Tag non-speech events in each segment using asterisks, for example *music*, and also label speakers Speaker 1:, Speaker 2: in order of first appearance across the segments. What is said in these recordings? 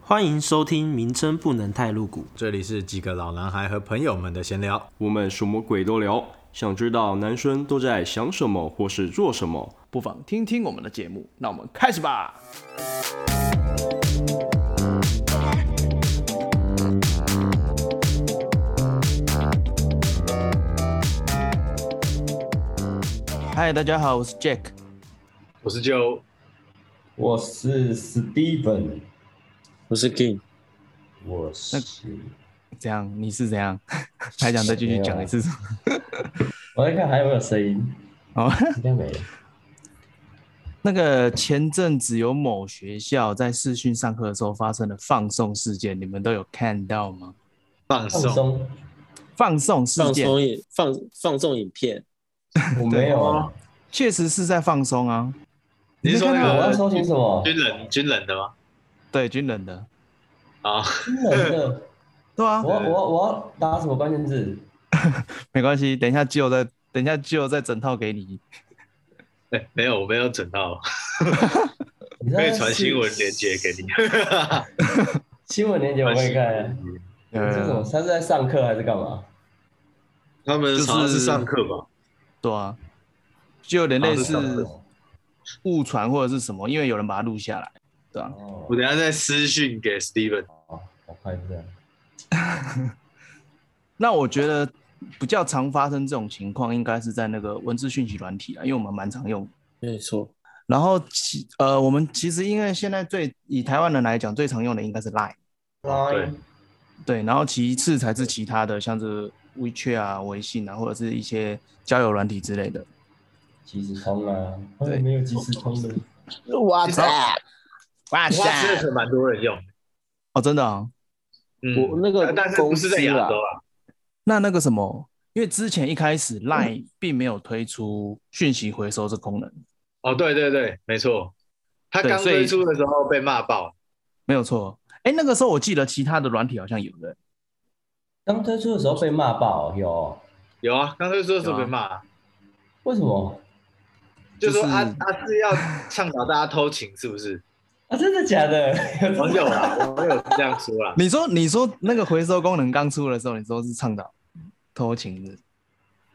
Speaker 1: 欢迎收听，名称不能太露骨。
Speaker 2: 这里是几个老男孩和朋友们的闲聊，
Speaker 3: 我们什么鬼都聊，想知道男生都在想什么或是做什么。
Speaker 4: 不妨听听我们的节目。那我们开始吧。嗨，大家好，我是 Jack。
Speaker 2: 我是就
Speaker 5: 我是 Steven，
Speaker 6: 我是 King，
Speaker 5: 我是
Speaker 4: 怎样？你是怎样？还想再继续讲一次？
Speaker 2: 啊
Speaker 5: 我在看还有没有声音，
Speaker 4: 哦， *laughs*
Speaker 5: 应该没了。
Speaker 4: 那个前阵子有某学校在视讯上课的时候发生了放送事件，你们都有看到吗？
Speaker 2: 放
Speaker 5: 放
Speaker 2: 松。
Speaker 5: 松，
Speaker 4: 放送事
Speaker 6: 放
Speaker 4: 件
Speaker 6: 松影放放纵影片，
Speaker 5: 我没有啊。
Speaker 4: 确实是在放松啊。
Speaker 2: 你是说那
Speaker 5: 我要
Speaker 2: 个
Speaker 5: 搜寻什么？
Speaker 2: 军人军人的吗？
Speaker 4: 对，军人的，
Speaker 2: 啊，
Speaker 5: 真的真的，
Speaker 4: 对啊
Speaker 5: 我，
Speaker 2: 哦
Speaker 5: 我我要打什么关键字？
Speaker 4: 没关系，等一下就再等一下就再整套给你。
Speaker 2: 对，哎没有，我没有整到，
Speaker 5: 你
Speaker 2: 可
Speaker 5: 在
Speaker 2: 以传新闻链接给你。
Speaker 5: 新闻链接我可以看。啊
Speaker 2: 哦
Speaker 5: 这是什么？他是在上课还是干嘛？
Speaker 2: 他们
Speaker 4: 就是
Speaker 2: 好像是上课吧？
Speaker 4: 对啊，就有点类
Speaker 2: 啊放
Speaker 4: 似
Speaker 2: 松
Speaker 4: 误传或者是什么，因为有人把它录下来，对啊。
Speaker 5: 哦
Speaker 2: 我，等一下再私讯给 Steven。
Speaker 5: 好好快是这样。
Speaker 4: 那我觉得比较常发生这种情况，应该是在那个文字讯息软体啊，因为我们蛮常用。
Speaker 6: 没错，
Speaker 4: 然后其呃，我们其实因为现在最以台湾人来讲，最常用的应该是 Line，
Speaker 2: 对
Speaker 5: Line，
Speaker 4: 对，然后其次才是其他的，像是 WeChat 啊、微信啊，或者是一些交友软体之类的。
Speaker 5: 即时通啊，他
Speaker 4: 对
Speaker 5: 们没有即时通的。
Speaker 6: 哇塞！
Speaker 2: 哇，
Speaker 4: 哇
Speaker 2: 这个蛮多人用的。
Speaker 4: 哦，真的啊、
Speaker 2: 嗯
Speaker 6: 我那个
Speaker 2: 但是不是在亚洲
Speaker 6: 公司
Speaker 2: 啊？
Speaker 4: 那那个什么，因为之前一开始 Line 并没有推出讯息回收这功能，
Speaker 2: 哦，对对对，没错。他
Speaker 4: 对
Speaker 2: 刚
Speaker 4: 所以
Speaker 2: 推出的时候被骂爆，
Speaker 4: 没有错。哎，那个时候我记得其他的软体好像有的，
Speaker 5: 刚推出的时候被骂爆，有哦
Speaker 2: 有啊，刚推出的时候被
Speaker 4: 有啊
Speaker 2: 骂啊。
Speaker 5: 为什么？
Speaker 2: 就说
Speaker 4: 就是
Speaker 2: 他他是要倡导大家偷情，是不是？
Speaker 5: 啊，真的假的？ *laughs*
Speaker 2: 网友啊啦，网友是这样说啦。
Speaker 4: 你说你说那个回收功能刚出的时候，你说是倡导偷情的，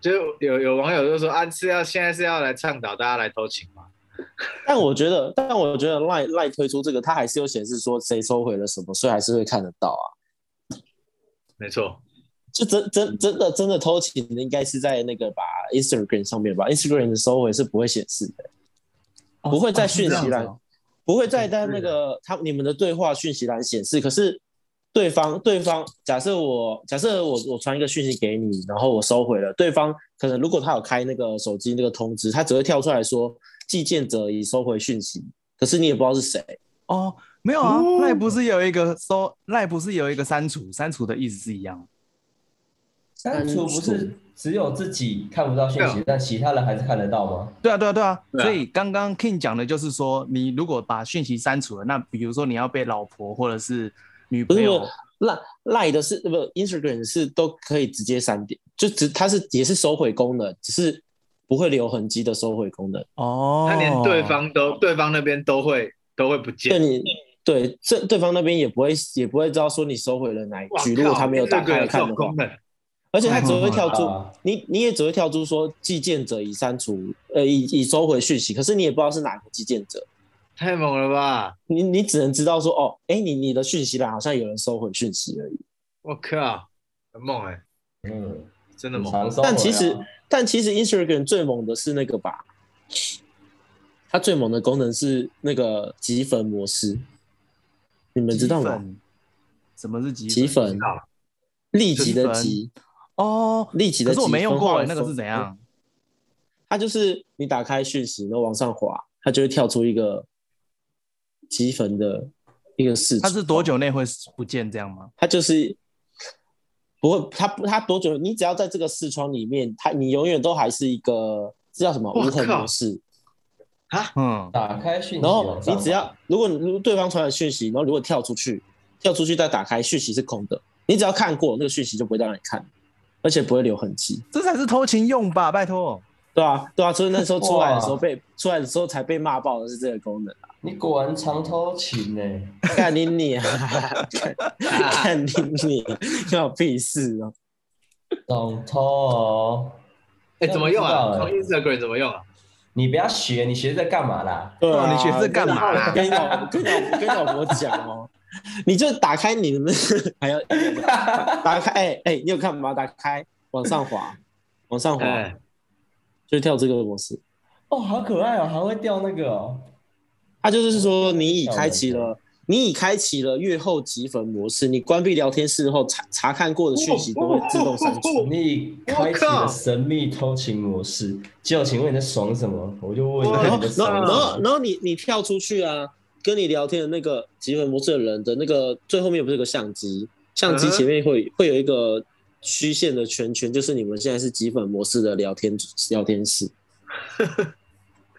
Speaker 2: 就有有网友就说啊，是要现在是要来倡导大家来偷情嘛？
Speaker 6: 但我觉得，但我觉得赖赖推出这个，它还是有显示说谁收回了什么，所以还是会看得到啊。
Speaker 2: 没错，
Speaker 6: 就真真真的真的偷情的，应该是在那个吧 Instagram 上面吧，Instagram 的收回是不会显示的，不会在讯息栏
Speaker 4: 哦
Speaker 6: 不会再在那个他你们的对话讯息栏显示。可是对方对方假设我假设我我传一个讯息给你，然后我收回了，对方可能如果他有开那个手机那个通知，他只会跳出来说寄件者已收回讯息，可是你也不知道是谁。
Speaker 4: 哦，没有啊，赖、不是有一个收赖不是有一个删除，删除的意思是一样。
Speaker 5: 删除不是只有自己看不到讯
Speaker 6: 啊
Speaker 5: 息，但其他人还是看得到吗？
Speaker 4: 对啊，对啊，对啊。
Speaker 2: 对啊
Speaker 4: 所以刚刚 King 讲的就是说，你如果把讯息删除了，那比如说你要被老婆或者是女朋友
Speaker 6: 不是赖赖的是不 Instagram 是都可以直接删掉，就只它是也是收回功能，只是不会留痕迹的收回功能。
Speaker 4: 哦，
Speaker 2: 他连对方都对方那边都会都会不
Speaker 6: 对
Speaker 2: 见。
Speaker 6: 你对这对方那边也不会也不会知道说你收回了哪一
Speaker 2: 哇
Speaker 6: 句，如果他没有打
Speaker 2: 这个
Speaker 6: 开来看
Speaker 2: 有这种
Speaker 6: 的话
Speaker 2: 功，能，
Speaker 6: 而且他只会跳
Speaker 5: 嗯嗯嗯
Speaker 6: 出
Speaker 5: 啊
Speaker 6: 你你也只会跳出说寄件者已删除，呃已已收回讯息，可是你也不知道是哪个寄件者，
Speaker 2: 太猛了吧！
Speaker 6: 你你只能知道说哦，哎你你的讯息栏好像有人收回讯息而已。
Speaker 2: 我靠，很猛哎、
Speaker 5: 嗯，
Speaker 2: 真的猛！
Speaker 5: 常收回啊
Speaker 6: 但其实，但其实 Instagram 最猛的是那个吧，它最猛的功能是那个集粉模式，你们知道
Speaker 4: 集
Speaker 6: 吗？
Speaker 4: 粉？什么是集
Speaker 6: 集粉
Speaker 2: 知道，
Speaker 6: 立即的
Speaker 4: 就是
Speaker 6: 集，
Speaker 4: 哦，
Speaker 6: 立即的
Speaker 4: 可
Speaker 6: 集。
Speaker 4: 是我没用
Speaker 6: 分化
Speaker 4: 过
Speaker 6: 的
Speaker 4: 那个
Speaker 6: 分
Speaker 4: 是怎？样？
Speaker 6: 它就是你打开讯息，然后往上滑，它就会跳出一个集粉的一个视窗。
Speaker 4: 它是多久内会不见这样吗？
Speaker 6: 它就是不会，它不它多久？你只要在这个视窗里面，它你永远都还是一个这叫什么
Speaker 2: 哇
Speaker 6: 无痕
Speaker 2: 靠
Speaker 6: 模式。
Speaker 4: 嗯，
Speaker 5: 打开讯息，
Speaker 6: 然后你只要如果如果对方传来讯息，然后如果跳出去，跳出去再打开，讯息是空的，你只要看过那个讯息就不会再让你看，而且不会留痕迹，
Speaker 4: 这才是偷情用吧，拜托。
Speaker 6: 对啊，对啊，所以那时候出来的时候
Speaker 5: 哇
Speaker 6: 被出来的时候才被骂爆的是这个功能啊，
Speaker 5: 你果然常偷情呢、
Speaker 6: 干你
Speaker 4: *laughs*
Speaker 6: 你啊，干干你你，要屁事哦！
Speaker 5: 懂偷哦。
Speaker 2: 哎，怎么用
Speaker 5: 那
Speaker 2: 啊？
Speaker 5: 不知
Speaker 2: 从
Speaker 5: 道哎
Speaker 2: Instagram 怎么用啊？
Speaker 5: 你不要学，你学在干嘛啦？
Speaker 6: 对啊
Speaker 4: 你学这干嘛啦
Speaker 6: 跟你老跟你老跟你老婆讲哦，你就打开你们还要打开，哎、哎、你有看吗？打开往上滑，往上滑，
Speaker 2: 哎，
Speaker 6: 就跳这个模式。
Speaker 5: 哦，好可爱哦，还会掉那个哦。
Speaker 6: 它就是说，你已开启了，你已开启了月后积分模式，你关闭聊天室后查查看过的讯息都会自动删除。
Speaker 5: 你开启了神秘偷情模式，就请问你在爽什么？我就问
Speaker 2: 哇
Speaker 5: 你
Speaker 6: 然后，
Speaker 5: 在
Speaker 6: 然
Speaker 5: 爽
Speaker 6: 后，然
Speaker 5: 什
Speaker 6: 后，
Speaker 5: 么？
Speaker 6: 然后你你跳出去啊，跟你聊天的那个集合模式的人的那个最后面不是有个相机，相机
Speaker 2: 嗯哼
Speaker 6: 前面会、会有一个虚线的圈圈，就是你们现在是集粉模式的聊天聊天室。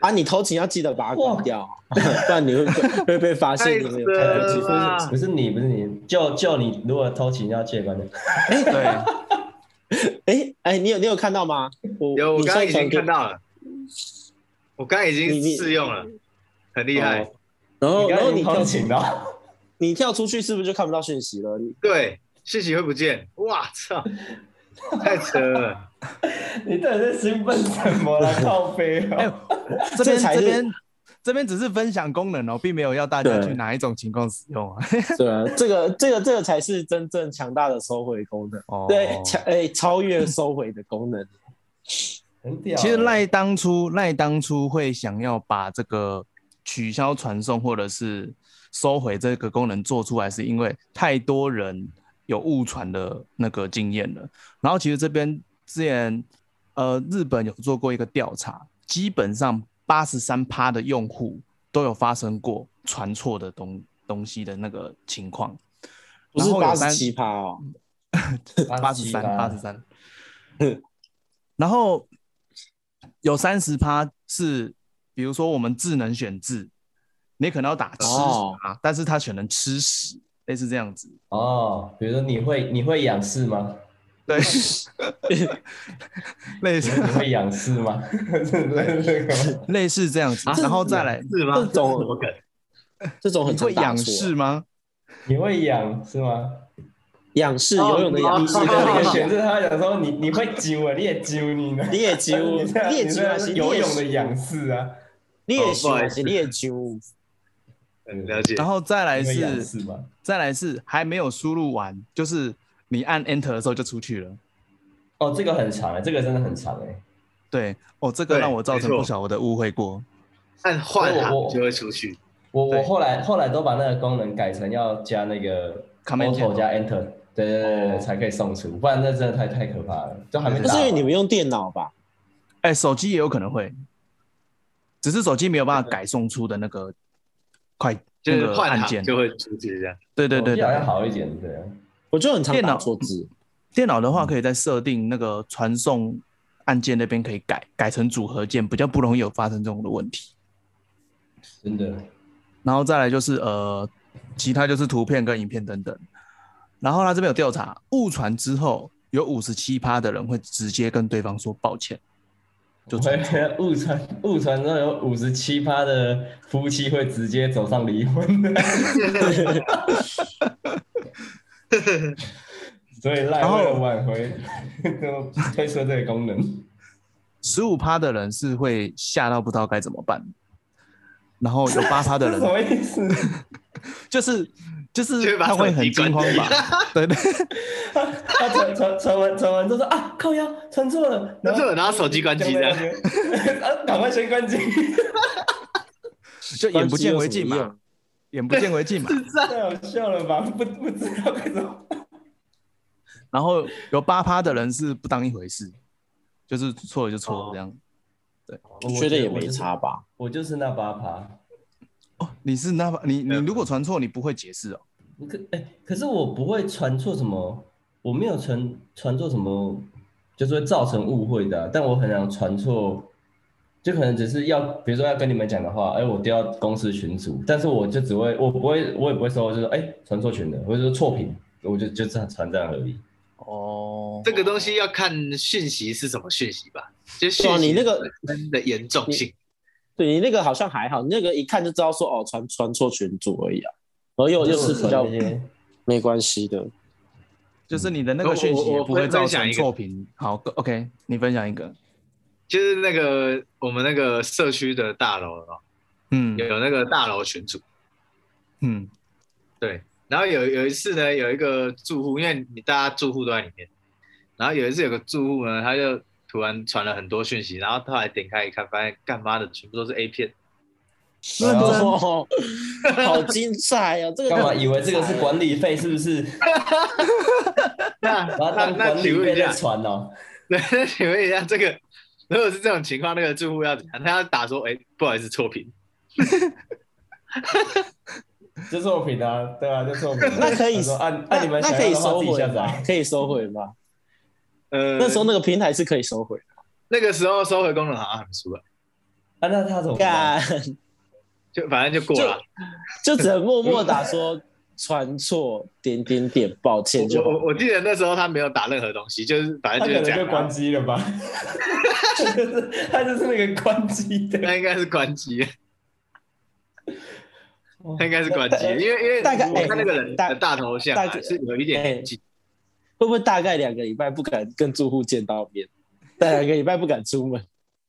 Speaker 6: 啊，你偷情要记得把它关掉，不然你会被会被发现你们有开了积
Speaker 2: 太扯
Speaker 6: 分。
Speaker 2: 了
Speaker 5: 不是你，不是你，就就你，如果偷情要戒关的，
Speaker 4: 对，
Speaker 6: 哎哎，你有你有看到吗？我
Speaker 2: 有，我
Speaker 6: 你
Speaker 2: 刚刚已
Speaker 6: 上传
Speaker 2: 经
Speaker 6: 给
Speaker 2: 看到了，我刚刚已
Speaker 6: 你你
Speaker 2: 经试用了，很厉害
Speaker 5: 哦。
Speaker 6: 然后然后你
Speaker 5: 刚刚
Speaker 6: 跳
Speaker 5: 已经偷情了，
Speaker 6: 你跳出去是不是就看不到讯息了？你
Speaker 2: 对，信息会不见，哇
Speaker 4: *laughs*
Speaker 2: 操，太扯了！
Speaker 5: 你到底在兴奋什
Speaker 6: *laughs*
Speaker 5: 么啦？靠背
Speaker 4: 哎
Speaker 5: 哦！
Speaker 4: 这边
Speaker 6: 这才是
Speaker 4: 这边这边只是分享功能哦，并没有要大家
Speaker 6: 对
Speaker 4: 去哪一种情况使用啊。
Speaker 6: 对啊，这个这个这个才是真正强大的收回功能。
Speaker 4: 哦
Speaker 6: 对，超诶、超越收回的功能，
Speaker 5: 很屌欸。
Speaker 4: 其实赖当初赖当初会想要把这个取消传送或者是收回这个功能做出来，是因为太多人有误传的那个经验了。然后其实这边之前呃日本有做过一个调查，基本上八十三趴的用户都有发生过传错的东东西的那个情况。
Speaker 6: 不是
Speaker 4: 然后有
Speaker 6: 八
Speaker 4: 三
Speaker 6: 十七趴哦。
Speaker 4: 八十三，八十
Speaker 5: 三，
Speaker 4: 三。 *laughs* 然后有三十趴是，比如说我们智能选字，你可能要打吃
Speaker 6: 哦
Speaker 4: 啊，但是它选成吃屎，类似这样子。
Speaker 5: 哦，比如说你会你会仰视吗？
Speaker 4: 对，类似
Speaker 5: 你会仰视
Speaker 6: *laughs*
Speaker 5: 吗？
Speaker 4: 类似这样子，然后再来，
Speaker 2: 是吗？
Speaker 6: 这种
Speaker 2: 什么梗？
Speaker 6: 这种很
Speaker 4: 你
Speaker 6: 常
Speaker 4: 会
Speaker 6: 打
Speaker 4: 仰
Speaker 6: 错
Speaker 4: 视，吗？
Speaker 5: 你会仰是吗？
Speaker 6: 仰视游泳的仰
Speaker 5: 你
Speaker 6: 视
Speaker 5: 你的
Speaker 6: 跟
Speaker 5: 那
Speaker 6: 那个
Speaker 5: 个选择，他讲说你你会揪啊，你也揪你呢，
Speaker 6: 你也揪，
Speaker 5: *laughs* 你这样
Speaker 6: 你也
Speaker 5: 你
Speaker 6: 揪啊，
Speaker 5: 这样
Speaker 6: 是
Speaker 5: 是
Speaker 6: 你
Speaker 5: 游
Speaker 6: 也
Speaker 5: 泳的仰视啊，
Speaker 6: 你也揪
Speaker 2: 哦不好
Speaker 6: 啊，
Speaker 2: 意思
Speaker 6: 是你也
Speaker 4: *laughs*
Speaker 6: 揪，
Speaker 2: 嗯了解。
Speaker 4: 然后再来
Speaker 5: 你会仰
Speaker 4: 是，
Speaker 5: 视吗？
Speaker 4: 再来是还没有输入完，就是你按 Enter 的时候就出去了。
Speaker 5: 哦，这个很长哎，这个真的很长哎。
Speaker 4: 对，哦，这个
Speaker 2: 对
Speaker 4: 让我造成
Speaker 2: 没错
Speaker 4: 不小的误会过。
Speaker 2: 按换
Speaker 5: 我
Speaker 2: 行
Speaker 5: 我
Speaker 2: 就会出去。
Speaker 5: 我我
Speaker 4: 对
Speaker 5: 后来后来都把那个功能改成要加那个
Speaker 4: Command
Speaker 5: Auto 加 Enter，对对对对，才可以送出，不然那真的太太可怕了，就还没
Speaker 6: 那
Speaker 5: 打
Speaker 6: 哦是因为
Speaker 5: 完。
Speaker 6: 你们用电脑吧？
Speaker 4: 哎、手机也有可能会，只是手机没有办法改送出的那个快
Speaker 2: 就
Speaker 4: 那
Speaker 2: 是
Speaker 4: 个
Speaker 2: 换
Speaker 4: 按
Speaker 2: 行
Speaker 4: 键。
Speaker 2: 就会出去这样。
Speaker 4: 对对
Speaker 5: 手
Speaker 4: 对
Speaker 5: 机好像
Speaker 4: 对，
Speaker 5: 好一点，对啊。
Speaker 6: 我就很常
Speaker 4: 电
Speaker 6: 打
Speaker 4: 脑
Speaker 6: 错字，
Speaker 4: 电脑的
Speaker 2: 嗯
Speaker 4: 话可以在设定那个传送按键那边可以改改成组合键，比较不容易有发生这种的问题。
Speaker 5: 真的，
Speaker 4: 然后再来就是呃，其他就是图片跟影片等等。然后他这边有调查，误传之后有五十七趴的人会直接跟对方说抱歉，就
Speaker 5: 我
Speaker 4: 传
Speaker 5: 会误传误传之后有五十七趴的夫妻会直接走上离婚的，所以赖
Speaker 4: 然后
Speaker 5: 为了挽回，就推出了这个功能。
Speaker 4: 十五趴的人是会吓到不知道该怎么办，然后有八趴的
Speaker 5: 这
Speaker 4: 人
Speaker 5: 是什么意思？
Speaker 4: 就是就是
Speaker 2: 就是把
Speaker 4: 嗯他会
Speaker 2: 手
Speaker 4: 很
Speaker 2: 机
Speaker 4: 惊
Speaker 2: 关
Speaker 4: 慌
Speaker 2: 机 *laughs*
Speaker 4: 吧？对对，
Speaker 5: 他传传传完传完就说啊靠腰传错了，
Speaker 2: 传错了然后手机关机这样，
Speaker 5: 啊赶快先关机。
Speaker 4: *laughs* 就眼不见为净
Speaker 6: 关机有什么
Speaker 4: 嘛
Speaker 6: 用，
Speaker 4: 眼不见为净嘛。
Speaker 5: 太好笑了吧？不不知道该怎么。
Speaker 4: 然后有八趴的人是不当一回事，就是错了就错了这样。
Speaker 6: 我觉得也没差吧？
Speaker 5: 我就是那八趴。
Speaker 4: 哦，你是那把你你
Speaker 2: 对啊
Speaker 4: 如果传错，你不会解释哦。
Speaker 5: 可哎、可是我不会传错什么，我没有传传错什么，就是会造成误会的啊、但我很想传错，就可能只是要，比如说要跟你们讲的话，哎、我丢到公司群组，但是我就只会，我不会，我也不会说，就是说哎，传、错群的，或者说错评，我就就这样传这样而已。
Speaker 4: 哦
Speaker 2: 这个东西要看讯息是什么讯息吧，就
Speaker 6: 对
Speaker 2: 讯
Speaker 6: 啊，
Speaker 2: 息
Speaker 6: 你那个
Speaker 2: 本身的严重性。
Speaker 6: 对你那个好像还好，你那个一看就知道说哦，传传错群组而已啊，然后又又是比较
Speaker 5: 那些
Speaker 6: 没关系 *laughs* 的。
Speaker 4: 就是你的那个讯息
Speaker 2: 我我
Speaker 4: 也不会造
Speaker 2: 我分享
Speaker 4: 成
Speaker 2: 一个
Speaker 4: 错评。好，OK，你分享一个，
Speaker 2: 就是那个我们那个社区的大楼哦，
Speaker 4: 嗯
Speaker 2: 有那个大楼群组，
Speaker 4: 嗯
Speaker 2: 对。然后有有一次呢，有一个住户，因为你大家住户都在里面，然后有一次有个住户呢，他就突然传了很多讯息，然后他来点开一看，发现干妈的全部都是 A 片，
Speaker 6: 哦， *laughs* 好精彩哦！这个
Speaker 5: 干嘛以为这个是管理费是不是？
Speaker 2: 那
Speaker 5: 把
Speaker 2: 那
Speaker 5: 它当
Speaker 2: 那
Speaker 5: 管
Speaker 2: 请
Speaker 5: 理
Speaker 2: 问
Speaker 5: 费
Speaker 2: 一
Speaker 5: 在
Speaker 2: 下，
Speaker 5: 传哦。
Speaker 2: 那请问一下，这个如果是这种情况，那个住户要怎样？他要打说，哎、不好意思，错评。
Speaker 5: 就作品啊，对啊，就作品啊。
Speaker 6: 那可以
Speaker 5: 他说按
Speaker 6: 那
Speaker 5: 按你们
Speaker 6: 那
Speaker 5: 想
Speaker 6: 可以
Speaker 5: 要的话
Speaker 6: 收
Speaker 5: 自己
Speaker 6: 回
Speaker 5: 下
Speaker 6: 吧
Speaker 5: 载，。
Speaker 6: 可以收回吧。
Speaker 2: 呃，
Speaker 6: 那时候那个平台是可以收回的。
Speaker 2: 那个时候收回功能好像很熟了，
Speaker 5: 啊，那他怎么办？
Speaker 6: 干，
Speaker 2: 就反正就过了。
Speaker 6: 就只能默默打说传错点点点，抱歉就
Speaker 2: 我我
Speaker 6: 好。
Speaker 2: 我记得那时候他没有打任何东西，就是反
Speaker 5: 他
Speaker 2: 正
Speaker 5: 可
Speaker 2: 就是这
Speaker 5: 能就
Speaker 2: 样。
Speaker 5: 关机了吧？就是他就是那个关机的，
Speaker 2: *laughs* 那应该是关机，那应该是关机，因为因为
Speaker 6: 大概
Speaker 2: 我看那个人
Speaker 6: 大
Speaker 2: 的大头像
Speaker 6: 大
Speaker 2: 啊
Speaker 6: 概
Speaker 2: 是有一点紧
Speaker 6: 会不会大概两个礼拜不敢跟住户见到面，但两个礼拜不敢出门？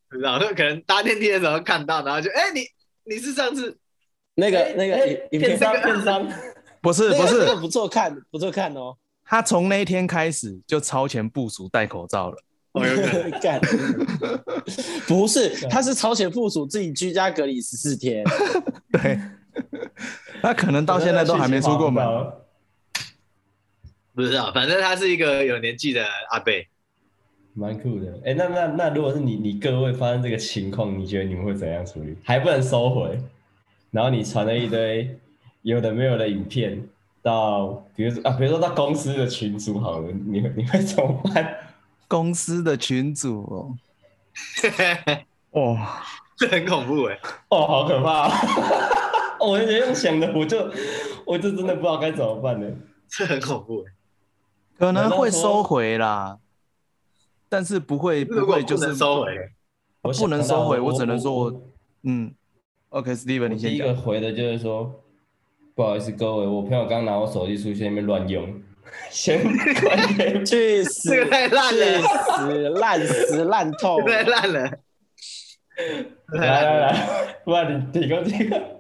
Speaker 2: 不知道，就可能搭电梯的时候看到，然后就哎、你你是上次
Speaker 6: 那个
Speaker 5: 哎
Speaker 6: 那
Speaker 5: 哎
Speaker 6: 个影片
Speaker 5: 片商片商，
Speaker 4: 不是
Speaker 6: 那个
Speaker 4: 不
Speaker 6: 那
Speaker 4: 是，
Speaker 6: 个不错看，不错看哦。
Speaker 4: 他从那一天开始就超前部署戴口罩了。
Speaker 2: 哦有可能
Speaker 6: 干， *laughs* 不是，他是朝鲜附属自己居家隔离十四天，
Speaker 2: *laughs*
Speaker 4: 对，他可能到现在都还没出过门。
Speaker 2: 不知道，反正他是一个有年纪的阿伯， *laughs*
Speaker 5: 蛮酷的。哎，那那那如果是你你各位发生这个情况，你觉得你们会怎样处理？还不能收回，然后你传了一堆有的没有的影片到，比如说啊，比如说到公司的群组好了，你你会怎么办？ *laughs*
Speaker 4: 公司的群主哦，哇，
Speaker 2: 这很恐怖哎、
Speaker 5: 哦，好可怕、 *laughs* 哦！我就觉得用想的，我就我就真的不知道该怎么办了。
Speaker 2: 这很恐怖哎、
Speaker 4: 可能会收回啦，但是不会
Speaker 2: 如
Speaker 4: 不
Speaker 2: 果
Speaker 4: 会
Speaker 2: 不
Speaker 4: 就是
Speaker 2: 能收回，
Speaker 5: 我
Speaker 4: 不能收回
Speaker 5: 想到
Speaker 4: 我只能说我
Speaker 5: 我
Speaker 4: 嗯，OK，Steven，、
Speaker 5: 我
Speaker 4: 你
Speaker 5: 第
Speaker 4: 先
Speaker 5: 一
Speaker 4: 讲
Speaker 5: 个。回的就是说，不好意思各位，我朋友刚拿我手机出去那边乱用， *laughs* 先关掉。
Speaker 2: *laughs*
Speaker 6: 去死，
Speaker 2: 这个太烂
Speaker 6: 去
Speaker 2: 了，
Speaker 6: 死，烂死烂透
Speaker 2: *laughs* 这个。太烂了，这个太
Speaker 5: 来
Speaker 2: 烂
Speaker 5: 来
Speaker 2: 了。
Speaker 5: 来，不然你提供这个。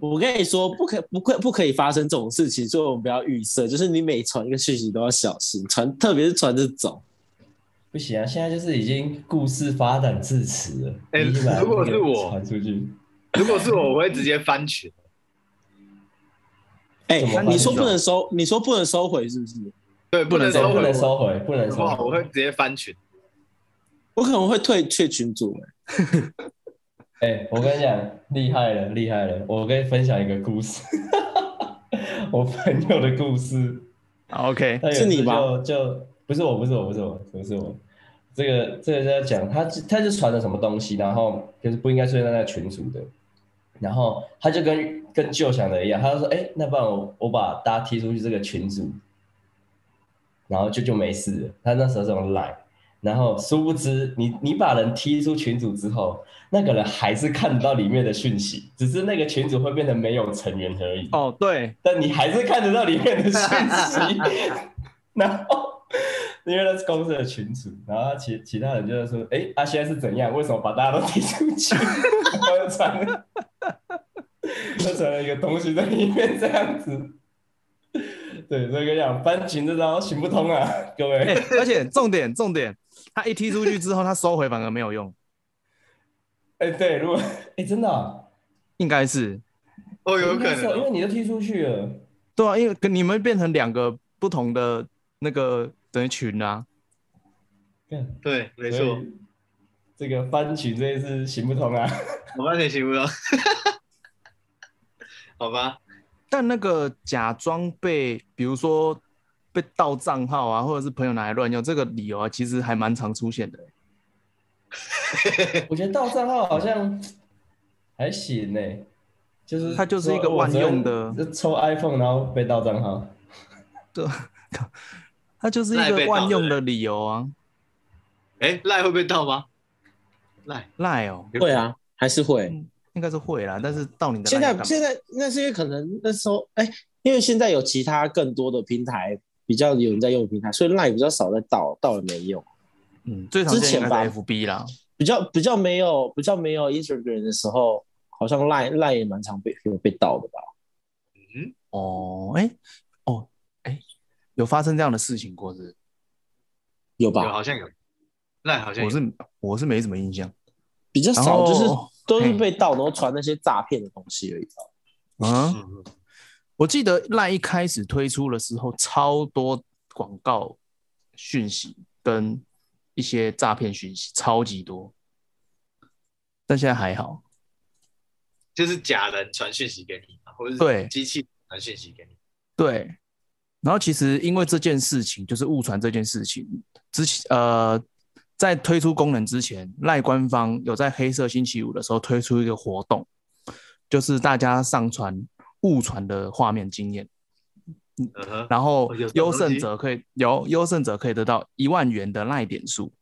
Speaker 6: 我跟你说，不可不可不可以发生这种事情，所以我们不要预设，就是你每传一个讯息都要小心，传特别是传这种，
Speaker 5: 不行啊，现在就是已经故事发展至此了。
Speaker 2: 哎
Speaker 5: 你已经把
Speaker 2: 如果
Speaker 5: 这
Speaker 2: 是
Speaker 5: 个
Speaker 2: 我
Speaker 5: 传出去，
Speaker 2: 如果是我，我会直接翻群。
Speaker 6: 哎、
Speaker 5: 怎么办
Speaker 6: 你说不能收，你说不能收回是不是？
Speaker 2: 对，不能
Speaker 5: 对
Speaker 2: 收
Speaker 5: 哎不
Speaker 2: 回
Speaker 5: 能收回，不能
Speaker 2: 的
Speaker 5: 收
Speaker 2: 话，
Speaker 5: 回。
Speaker 2: 我会直接翻群。
Speaker 6: 我可能会退却群欸主、
Speaker 5: 哎、我跟你讲，厉害了，厉害了！我跟你分享一个故事， *laughs* 我朋友的故事。
Speaker 4: 好 OK，
Speaker 5: 他有一次
Speaker 6: 是你吧
Speaker 5: 就就不是我，不是我，不是我，不是我。这个这个在讲他，他就传了什么东西，然后就是不应该出现在那个群组的。然后他就跟跟旧想的一样，他就说：“哎、那不然我我把大家踢出去这个群组，然后就就没事了。”他那时候这种懒，然后殊不知你你把人踢出群组之后，那个人还是看得到里面的讯息，只是那个群组会变成没有成员而已。
Speaker 4: 哦对，
Speaker 5: 但你还是看得到里面的讯息。然后因为那是公司的群主，然后其其他人就在说：“哎、啊，现在是怎样？为什么把大家都踢出去？”然后又传了，又传了一个东西在里面，这样子。对，所以跟你讲，搬群这招行不通啊，各位。
Speaker 4: 哎、而且重点重点，他一踢出去之后，他收回反而没有用，
Speaker 5: 哎、对，如果哎、真的啊、
Speaker 4: 应该是
Speaker 2: 哦，有可
Speaker 5: 应该是啊
Speaker 2: 能
Speaker 5: 因为
Speaker 2: 哦。
Speaker 5: 你都踢出去了。
Speaker 4: 对啊，因为跟你们变成两个不同的那个等于群啊，
Speaker 5: 干
Speaker 2: 对，没
Speaker 5: 所
Speaker 2: 错，
Speaker 5: 以这个搬群这件事行不通啊。
Speaker 2: 我完全行不通。 *laughs* 好吧，
Speaker 4: 但那个假装被比如说被盗账号啊，或者是朋友拿来乱用这个理由啊，其实还蛮常出现的、
Speaker 5: 我觉得盗账号好像还行呢、就是
Speaker 4: 它就是一个万用的
Speaker 5: 我昨天就抽 iPhone 然后被盗账号，
Speaker 4: 对，它就是一
Speaker 2: 赖
Speaker 4: 个
Speaker 2: 被盗
Speaker 4: 万用的理由啊，
Speaker 2: 哎，赖会被盗吗？赖
Speaker 4: 赖哦，
Speaker 6: 会啊，还是会。
Speaker 4: 应该是会啦，但是到你的
Speaker 6: 嗯现
Speaker 4: LINE
Speaker 6: 在
Speaker 4: 干嘛
Speaker 6: 现在那是因为可能那时候哎、因为现在有其他更多的平台比较有人在用平台，所以 Line 比较少在盗，盗了没用，
Speaker 4: 嗯最常
Speaker 6: 之
Speaker 4: 见
Speaker 6: 前
Speaker 4: 应
Speaker 6: 吧
Speaker 4: 该是 FB 啦，
Speaker 6: 比较比较没有比较没有 Instagram 的时候，好像 Line Line 也蛮常被有被盗的吧？
Speaker 4: 哦，哎、哦，哎、有发生这样的事情过是不是
Speaker 6: 有
Speaker 2: 有
Speaker 6: 吧？
Speaker 2: 好像有，那好像
Speaker 4: 我
Speaker 2: 有
Speaker 4: 是我是没什么印象。
Speaker 6: 比较
Speaker 4: 然
Speaker 6: 少，
Speaker 4: 后
Speaker 6: 就是都是
Speaker 4: 嘿
Speaker 6: 被盗，然后传那些诈骗的东西而已吧。
Speaker 4: 嗯，
Speaker 2: 嗯嗯
Speaker 4: 我记得赖一开始推出的时候，超多广告讯息跟一些诈骗讯息，超级多。但现在还好，
Speaker 2: 就是假人传讯息给你嘛，或者
Speaker 4: 对
Speaker 2: 是机器传讯息给你。
Speaker 4: 对。然后其实因为这件事情，就是误传这件事情之前，呃，在推出功能之前，赖官方有在黑色星期五的时候推出一个活动，就是大家上传误传的画面经验，
Speaker 2: 嗯哼，
Speaker 4: 然后
Speaker 2: 哦有这种
Speaker 4: 优
Speaker 2: 东
Speaker 4: 胜
Speaker 2: 西
Speaker 4: 者可以有优胜者可以得到一万元的赖点数。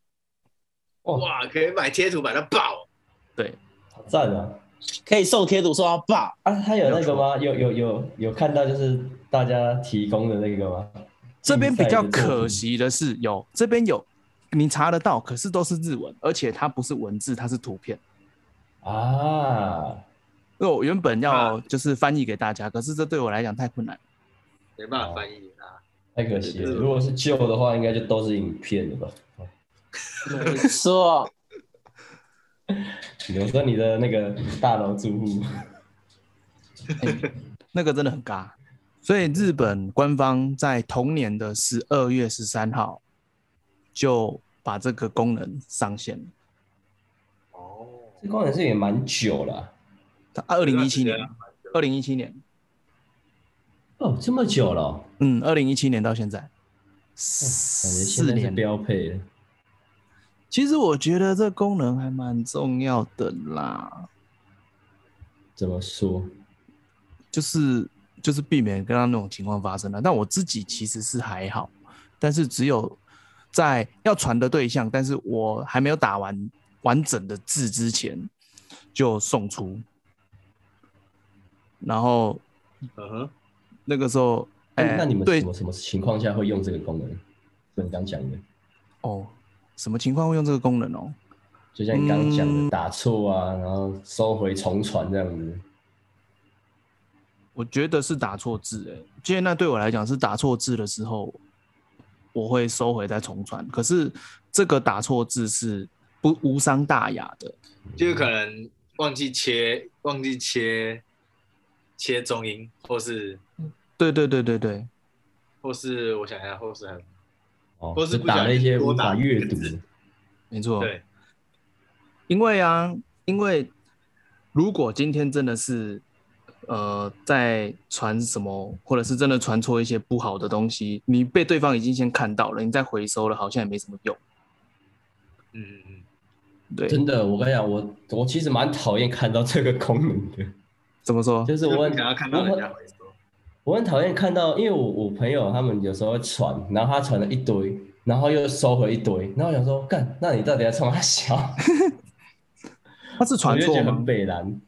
Speaker 2: 哇，可以买贴图买到爆，
Speaker 4: 对，
Speaker 5: 好赞啊！
Speaker 6: 可以送贴图送到 *laughs* 爸，
Speaker 5: 啊，他有那个吗？有有有有看到就是大家提供的那个吗？
Speaker 4: 这边比较
Speaker 5: 竞赛的作
Speaker 4: 可
Speaker 5: 品，
Speaker 4: 惜的是有这边有你查得到，可是都是日文，而且它不是文字，它是图片。
Speaker 5: 啊，
Speaker 4: 因为我原本要
Speaker 2: 啊
Speaker 4: 就是翻译给大家，可是这对我来讲太困难。
Speaker 2: 没办法翻译啊。
Speaker 5: 太可惜了。如果是旧的话，应该就都是影片了吧？
Speaker 6: 没错， *laughs*
Speaker 5: 比如说你的那个大楼住户，
Speaker 4: 那个真的很尬。所以日本官方在同年的十二月十三号就把这个功能上线了。
Speaker 2: 哦，
Speaker 5: 这功能是也蛮久了啊、
Speaker 4: 它二零一七年
Speaker 2: 对啊，
Speaker 4: 二零一七年，
Speaker 5: 哦，这么久了哦、
Speaker 4: 嗯，二零一七年到现在
Speaker 5: 哎感觉
Speaker 4: 四
Speaker 5: 现在是
Speaker 4: 年。
Speaker 5: 标配了。
Speaker 4: 其实我觉得这功能还蛮重要的啦，
Speaker 5: 怎么说？
Speaker 4: 就是就是避免跟他那种情况发生了。但我自己其实是还好，但是只有在要传的对象，但是我还没有打完完整的字之前就送出，然后
Speaker 2: 嗯哼，
Speaker 4: 那个时候，哎、
Speaker 5: 那你们
Speaker 4: 对
Speaker 5: 什么什么情况下会用这个功能？就你刚讲的，
Speaker 4: 哦，什么情况会用这个功能哦？
Speaker 5: 就像你刚讲
Speaker 4: 嗯
Speaker 5: 的，打错啊，然后收回重传这样子。
Speaker 4: 我觉得是打错字、欸，哎，今天那对我来讲是打错字的时候，我会收回再重传。可是这个打错字是不无伤大雅的，
Speaker 2: 就是可能忘记切，忘记切，切中音，或是
Speaker 4: 对对对对对，
Speaker 2: 或是我想一下，或是还有
Speaker 5: 哦
Speaker 2: 或是
Speaker 5: 就
Speaker 2: 不
Speaker 5: 打
Speaker 2: 小
Speaker 5: 了一
Speaker 2: 心
Speaker 5: 些
Speaker 2: 多
Speaker 5: 无
Speaker 2: 打
Speaker 5: 法
Speaker 2: 一
Speaker 5: 阅
Speaker 2: 个
Speaker 5: 读
Speaker 2: 字
Speaker 4: 没错，
Speaker 2: 对，
Speaker 4: 因为啊，因为如果今天真的是呃在传什么，或者是真的传错一些不好的东西，你被对方已经先看到了，你再回收了，好像也没什么用。
Speaker 2: 嗯嗯嗯，
Speaker 4: 对，
Speaker 5: 真的，我跟你讲，我我其实蛮讨厌看到这个功能的，
Speaker 4: 怎么说？
Speaker 5: 就是
Speaker 2: 就
Speaker 5: 我
Speaker 2: 不
Speaker 5: 很
Speaker 2: 想要看到
Speaker 5: 我
Speaker 2: 人
Speaker 5: 很
Speaker 2: 家回收，
Speaker 5: 我很讨厌看到，因为我我朋友他们有时候会传，然后他传了一堆，然后又收回一堆，然后我想说，干，那你到底在冲
Speaker 2: *laughs*
Speaker 5: 他小？
Speaker 4: 他是
Speaker 5: 我
Speaker 4: 传
Speaker 5: 就觉
Speaker 4: 错
Speaker 5: 得
Speaker 4: 吗
Speaker 5: 很？北蓝。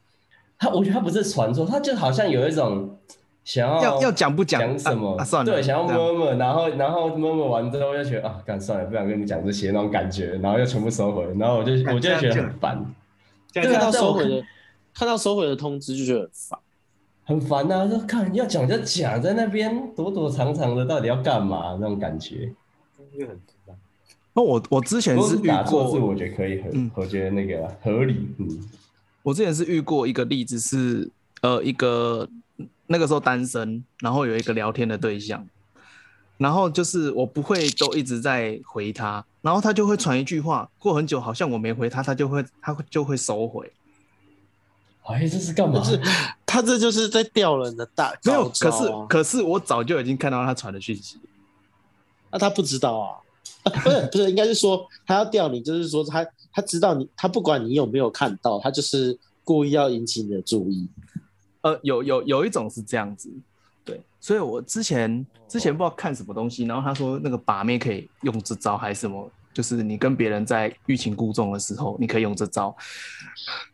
Speaker 5: 他我觉得他不是传错，他就好像有一种想要
Speaker 4: 要要讲不讲
Speaker 5: 讲什么，
Speaker 4: 啊啊算了
Speaker 5: 对，想要
Speaker 4: 这样
Speaker 5: 摸摸，然后然后摸摸完之后就觉得啊，干算了，不想跟你讲这些那种感觉，然后又全部收回，然后我就
Speaker 2: 干
Speaker 5: 我就
Speaker 2: 这
Speaker 5: 觉
Speaker 2: 样
Speaker 5: 得
Speaker 2: 就
Speaker 5: 很烦，
Speaker 2: 这
Speaker 5: 对
Speaker 2: 样
Speaker 5: 啊
Speaker 6: 看到
Speaker 2: 就
Speaker 5: 但
Speaker 6: 收
Speaker 5: 我
Speaker 6: 回
Speaker 5: 看
Speaker 6: 的看到收回的通知就觉得很烦。
Speaker 5: 很烦呐、啊！说看要讲就讲，在那边躲躲藏藏的，到底要干嘛？那种感觉。
Speaker 2: 就很智障
Speaker 4: 那我我之前
Speaker 5: 如果
Speaker 4: 是
Speaker 5: 是
Speaker 4: 遇
Speaker 5: 打错字，
Speaker 4: 过，
Speaker 5: 我觉得可以合，
Speaker 4: 嗯
Speaker 5: 我觉得那个合理，嗯，
Speaker 4: 我之前是遇过一个例子是，呃，一个那个时候单身，然后有一个聊天的对象，然后就是我不会都一直在回他，然后他就会传一句话，过很久好像我没回他，他就会他会就会收回，
Speaker 5: 哎，这是干嘛？
Speaker 6: 是他这就是在吊人的大
Speaker 4: 没有，
Speaker 6: 高
Speaker 4: 可
Speaker 6: 招
Speaker 4: 是
Speaker 6: 啊
Speaker 4: 可是我早就已经看到他传的讯息，
Speaker 6: 那他不知道啊， *laughs* 不是不是，应该是说他要钓你，就是说他他知道你，他不管你有没有看到，他就是故意要引起你的注意。
Speaker 4: 呃，有有有一种是这样子，对，所以
Speaker 5: 哦
Speaker 4: 我之前之前不知道看什么东西，然后他说那个把妹可以用这招还是什么，就是你跟别人在欲擒故纵的时候，你可以用这招，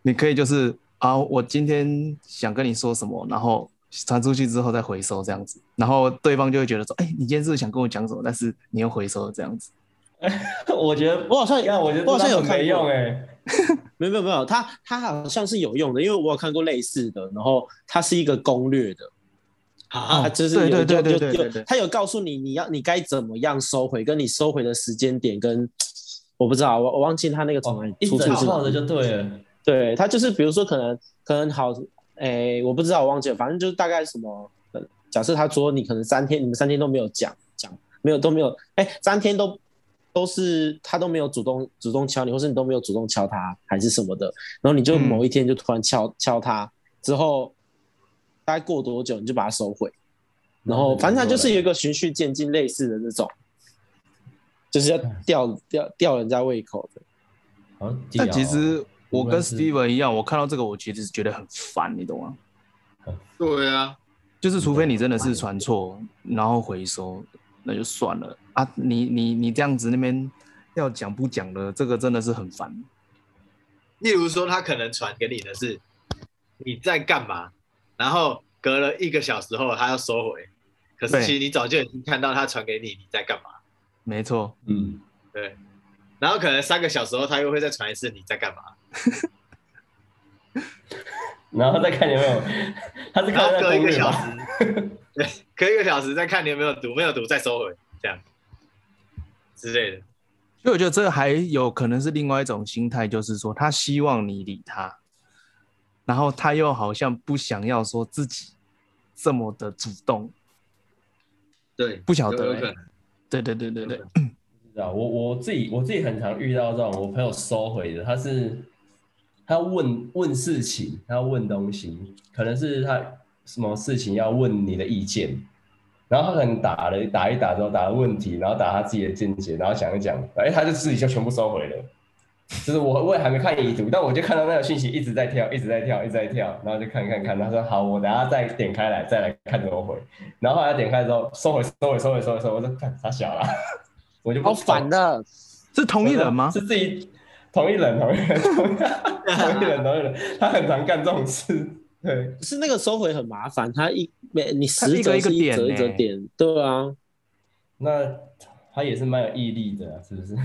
Speaker 4: 你可以就是啊，我今天想跟你说什么，然后传出去之后再回收这样子，然后对方就会觉得说，哎、你今天是不是想跟我讲什么，但是你又回收了这样子。
Speaker 5: *laughs* 我觉得
Speaker 6: 我好像
Speaker 5: 看，我觉得
Speaker 6: 我好像有
Speaker 5: 这
Speaker 6: 看
Speaker 5: 招
Speaker 6: 过
Speaker 5: 很没用哎、
Speaker 6: 没有没有没有，它它好像是有用的，因为我有看过类似的，然后它是一个攻略的，
Speaker 2: 啊
Speaker 6: 它就是
Speaker 4: 哦对
Speaker 6: 有
Speaker 4: 对对
Speaker 6: 有
Speaker 4: 对
Speaker 6: 有
Speaker 4: 对对对
Speaker 6: 有，它有告诉你你要你该怎么样收回，跟你收回的时间点跟。我不知道，我我忘记它那个从哪里
Speaker 5: 哦一
Speaker 6: 出
Speaker 5: 整
Speaker 6: 处是哪
Speaker 5: 套的就对了。
Speaker 6: 对他就是比如说可能可能好，诶、我不知道，我忘记了，反正就是大概什么，呃假设他说你可能三天，你们三天都没有讲讲，没有都没有，哎、三天都都是他都没有主动主动敲你，或是你都没有主动敲他还是什么的，然后你就
Speaker 4: 嗯
Speaker 6: 某一天就突然敲、敲他，之后大概过多久你就把它收回，然后反正它就是有一个循序渐进类似的那种，就是要吊吊吊人家胃口的，
Speaker 5: 好像地牢啊
Speaker 4: 但其实我跟
Speaker 5: 无论是
Speaker 4: Steven 一样，我看到这个我其实觉得很烦，你懂吗？
Speaker 2: 对啊，
Speaker 4: 就是除非你真的是传错，然后回收，那就算了啊。你你你这样子那边要讲不讲的，这个真的是很烦。
Speaker 2: 例如说他可能传给你的是你在干嘛，然后隔了一个小时后他要收回，可是
Speaker 4: 对
Speaker 2: 其实你早就已经看到他传给你你在干嘛，
Speaker 4: 没错，
Speaker 5: 嗯，
Speaker 2: 对，然后可能三个小时后他又会再传一次你在干嘛，
Speaker 5: 然后再看有没有， *laughs* 他是
Speaker 2: 然
Speaker 5: 看
Speaker 2: 后
Speaker 5: 那
Speaker 2: 隔一
Speaker 5: 攻
Speaker 2: 个
Speaker 5: 略
Speaker 2: 小
Speaker 5: 吧
Speaker 2: 时， *laughs* 对，隔一个小时再看你有没有读，没有读再收回，这样之类的。
Speaker 4: 所以我觉得这还有可能是另外一种心态，就是说他希望你理他，然后他又好像不想要说自己这么的主动。
Speaker 2: 对，
Speaker 4: 不晓得
Speaker 2: 有有
Speaker 4: 欸
Speaker 2: 可能
Speaker 4: 对对对对对，
Speaker 5: 不知道我我自己我自己很常遇到这种我朋友收回的，他是他问问事情，他问东西，可能是他什么事情要问你的意见，然后他可能打了打一打之后打了问题，然后打他自己的见解，然后讲一讲，哎，他就自己就全部收回了。就是我我也还没看已读，但我就看到那个讯息一直在跳，一直在跳，一直在跳，然后就看看看，他说好，我等下再点开来再来看怎 *laughs* 么回，然后后来点开之后收回收回收回收回收回，我说看傻小啦， *laughs* 我就不
Speaker 6: 好烦啊的。
Speaker 4: 是同一人吗？
Speaker 5: 是自己同一人，同一人，同一人，同一人，他很常干这种事。对，
Speaker 6: 是那个收回很麻烦，它一每你
Speaker 4: 它
Speaker 6: 十
Speaker 4: 一个
Speaker 6: 折
Speaker 4: 一个
Speaker 6: 是一
Speaker 4: 点欸
Speaker 6: 折一折
Speaker 4: 呢
Speaker 6: 点，对啊，
Speaker 5: 那他也是蛮有毅力的啊、是不是？
Speaker 6: *laughs*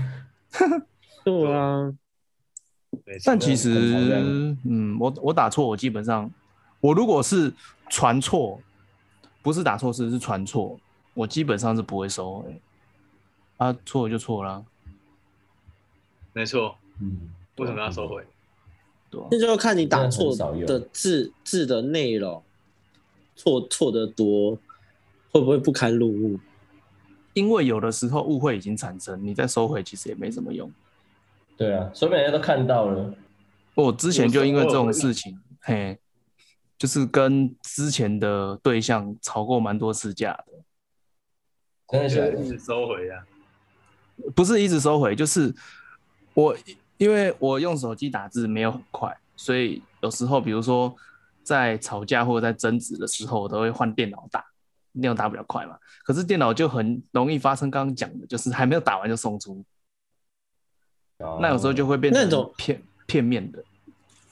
Speaker 6: 对啊，
Speaker 2: 没错
Speaker 4: 但其
Speaker 5: 很常这样
Speaker 4: 实，嗯，我我打错，我基本上，我如果是传错，不是打错字是传错，我基本上是不会收、欸。啊，错了就错了啊，
Speaker 2: 没错，
Speaker 5: 嗯，
Speaker 2: 为什么要收回？
Speaker 4: 对吧、
Speaker 6: 那就要看你打
Speaker 5: 真的
Speaker 6: 错
Speaker 5: 很少用
Speaker 6: 的字字的内容，错错的多，会不会不堪入目？
Speaker 4: 因为有的时候误会已经产生，你再收回其实也没什么用。
Speaker 5: 对啊，说明人家都看到了。
Speaker 4: 我之前就因为这种事情，嘿，就是跟之前的对象吵过蛮多次架的。
Speaker 5: 真的
Speaker 2: 就
Speaker 5: 假
Speaker 2: 是
Speaker 5: 的
Speaker 2: 一直收回啊。
Speaker 4: 不是一直收回，就是我因为我用手机打字没有很快，所以有时候比如说在吵架或者在争执的时候，我都会换电脑打，电脑打比较快嘛。可是电脑就很容易发生刚刚讲的，就是还没有打完就送出，
Speaker 5: 哦
Speaker 4: 那有时候就会变
Speaker 6: 那种
Speaker 4: 成片片面的。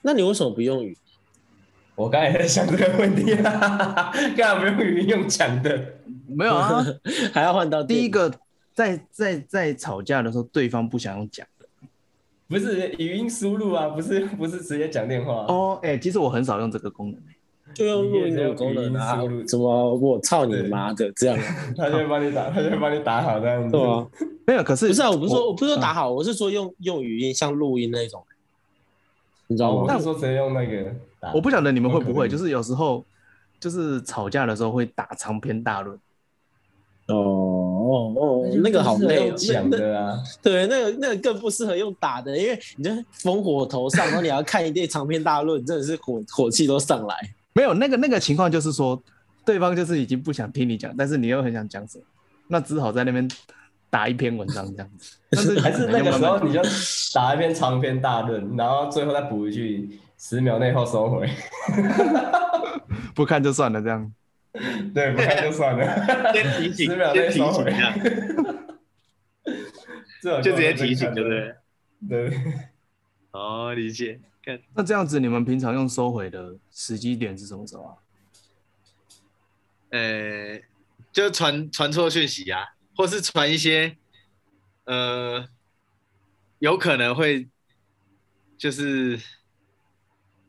Speaker 6: 那你为什么不用语？ *laughs*
Speaker 5: 我刚才也在想这个问题 *laughs* 啊，干嘛不用语音用讲的？
Speaker 4: 没有
Speaker 6: *laughs*
Speaker 4: 啊，
Speaker 6: 还要换到电
Speaker 4: 第一
Speaker 6: 脑
Speaker 4: 个在在在吵架的时候，对方不想用讲的。
Speaker 5: 不是语音输入啊，不是不是直接讲电话。
Speaker 4: 哦，哎、其实我很少用这个功能、
Speaker 6: 就用录音的功能啊
Speaker 5: 语音输入？
Speaker 6: 怎么我操你妈的这样？
Speaker 5: 他就会帮你打，他就会帮你打好这样子。
Speaker 6: 对
Speaker 5: *laughs*
Speaker 6: 啊，
Speaker 4: 没有，可是
Speaker 6: 不是啊，我不是说我不是说打
Speaker 4: 嗯
Speaker 6: 好，我是说用用语音像录音那种，你知道
Speaker 5: 哦，
Speaker 6: 吗？
Speaker 5: 我是说直接用那个打。
Speaker 4: 我不晓得你们会不
Speaker 5: 都可
Speaker 4: 会，
Speaker 5: 以
Speaker 4: 就是有时候就是吵架的时候会打长篇大论，
Speaker 6: 哦哦哦，那个好累哦，那
Speaker 5: 讲
Speaker 6: 那
Speaker 5: 的啊，
Speaker 6: *laughs* 对，那个那个更不适合用打的，因为你就烽火头上，然后你要看一堆长篇大论，真的是火火气都上来。
Speaker 4: 没有那个那个情况就是说，对方就是已经不想听你讲，但是你又很想讲什么，那只好在那边打一篇文章这样
Speaker 5: *laughs*
Speaker 4: 子。但是
Speaker 5: 还是那
Speaker 4: 可
Speaker 5: 个
Speaker 4: 能
Speaker 5: 时
Speaker 4: 就慢
Speaker 5: 候
Speaker 4: 慢
Speaker 5: 你就打一篇长篇大论，然后最后再补一句，十秒内后收回，
Speaker 4: 不看就算了这样。
Speaker 5: 对，
Speaker 2: *laughs*
Speaker 5: 不看就算了。
Speaker 2: 先提醒，
Speaker 5: 十秒
Speaker 2: 先
Speaker 5: 内
Speaker 2: 提
Speaker 5: 收
Speaker 2: 醒
Speaker 5: 回
Speaker 2: 一下，
Speaker 5: 就
Speaker 2: 就直接提醒，对不
Speaker 5: *laughs*
Speaker 2: 对？
Speaker 5: 对？对，
Speaker 2: 哦，理解。看，
Speaker 4: 那这样子，你们平常用收回的时机点是什么时候啊？
Speaker 2: 呃，就传传错讯息啊，或是传一些，呃，有可能会就是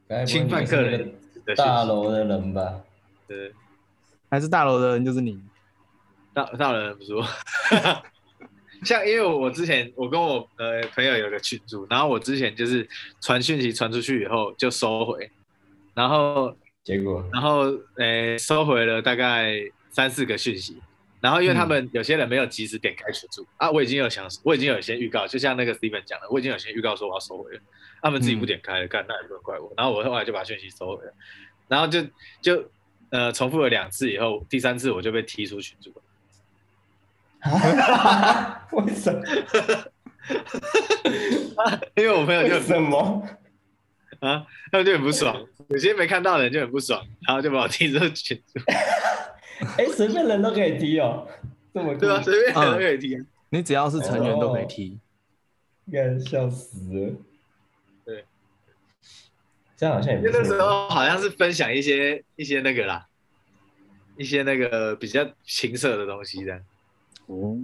Speaker 5: 该不会
Speaker 2: 侵犯
Speaker 5: 你是
Speaker 2: 客
Speaker 5: 那
Speaker 2: 人
Speaker 5: 个
Speaker 2: 的讯
Speaker 5: 大
Speaker 2: 息，
Speaker 5: 楼的人吧？
Speaker 2: 对，
Speaker 4: 还是大楼的人就是你？
Speaker 2: 大大人不错。 *laughs* 像因为我之前我跟我呃朋友有个群组，然后我之前就是传讯息传出去以后就收回，然后 *laughs*
Speaker 5: 结果
Speaker 2: 然后诶收回了大概三四个讯息，然后因为他们有些人没有及时点开群组、啊，我已经有想，我已经有先预告，就像那个 Steven 讲的，我已经有先预告说我要收回了，啊他们自己不点开了，干、那也不能怪我。然后我后来就把讯息收回了，然后就就呃重复了两次以后，第三次我就被踢出群组了。 *laughs*
Speaker 5: 为什么？
Speaker 2: 因为我朋友就
Speaker 5: 为
Speaker 2: 很
Speaker 5: 什么？
Speaker 2: 啊，他们就很不爽，有些没看到的人就很不爽，然后就把我踢出群组。
Speaker 5: 哎，随便人都可以踢哦，这么酷
Speaker 2: 对啊，随便人都可以踢啊。
Speaker 4: 你只要是成员都可
Speaker 5: 哦
Speaker 4: 以踢。
Speaker 5: 干笑死了。
Speaker 2: 对，
Speaker 5: 这样好像也
Speaker 2: 因
Speaker 5: 不
Speaker 2: 为
Speaker 5: 是
Speaker 2: 那时候好像是分享一些一些那个啦，一些那个比较情色的东西这样。
Speaker 4: 哦，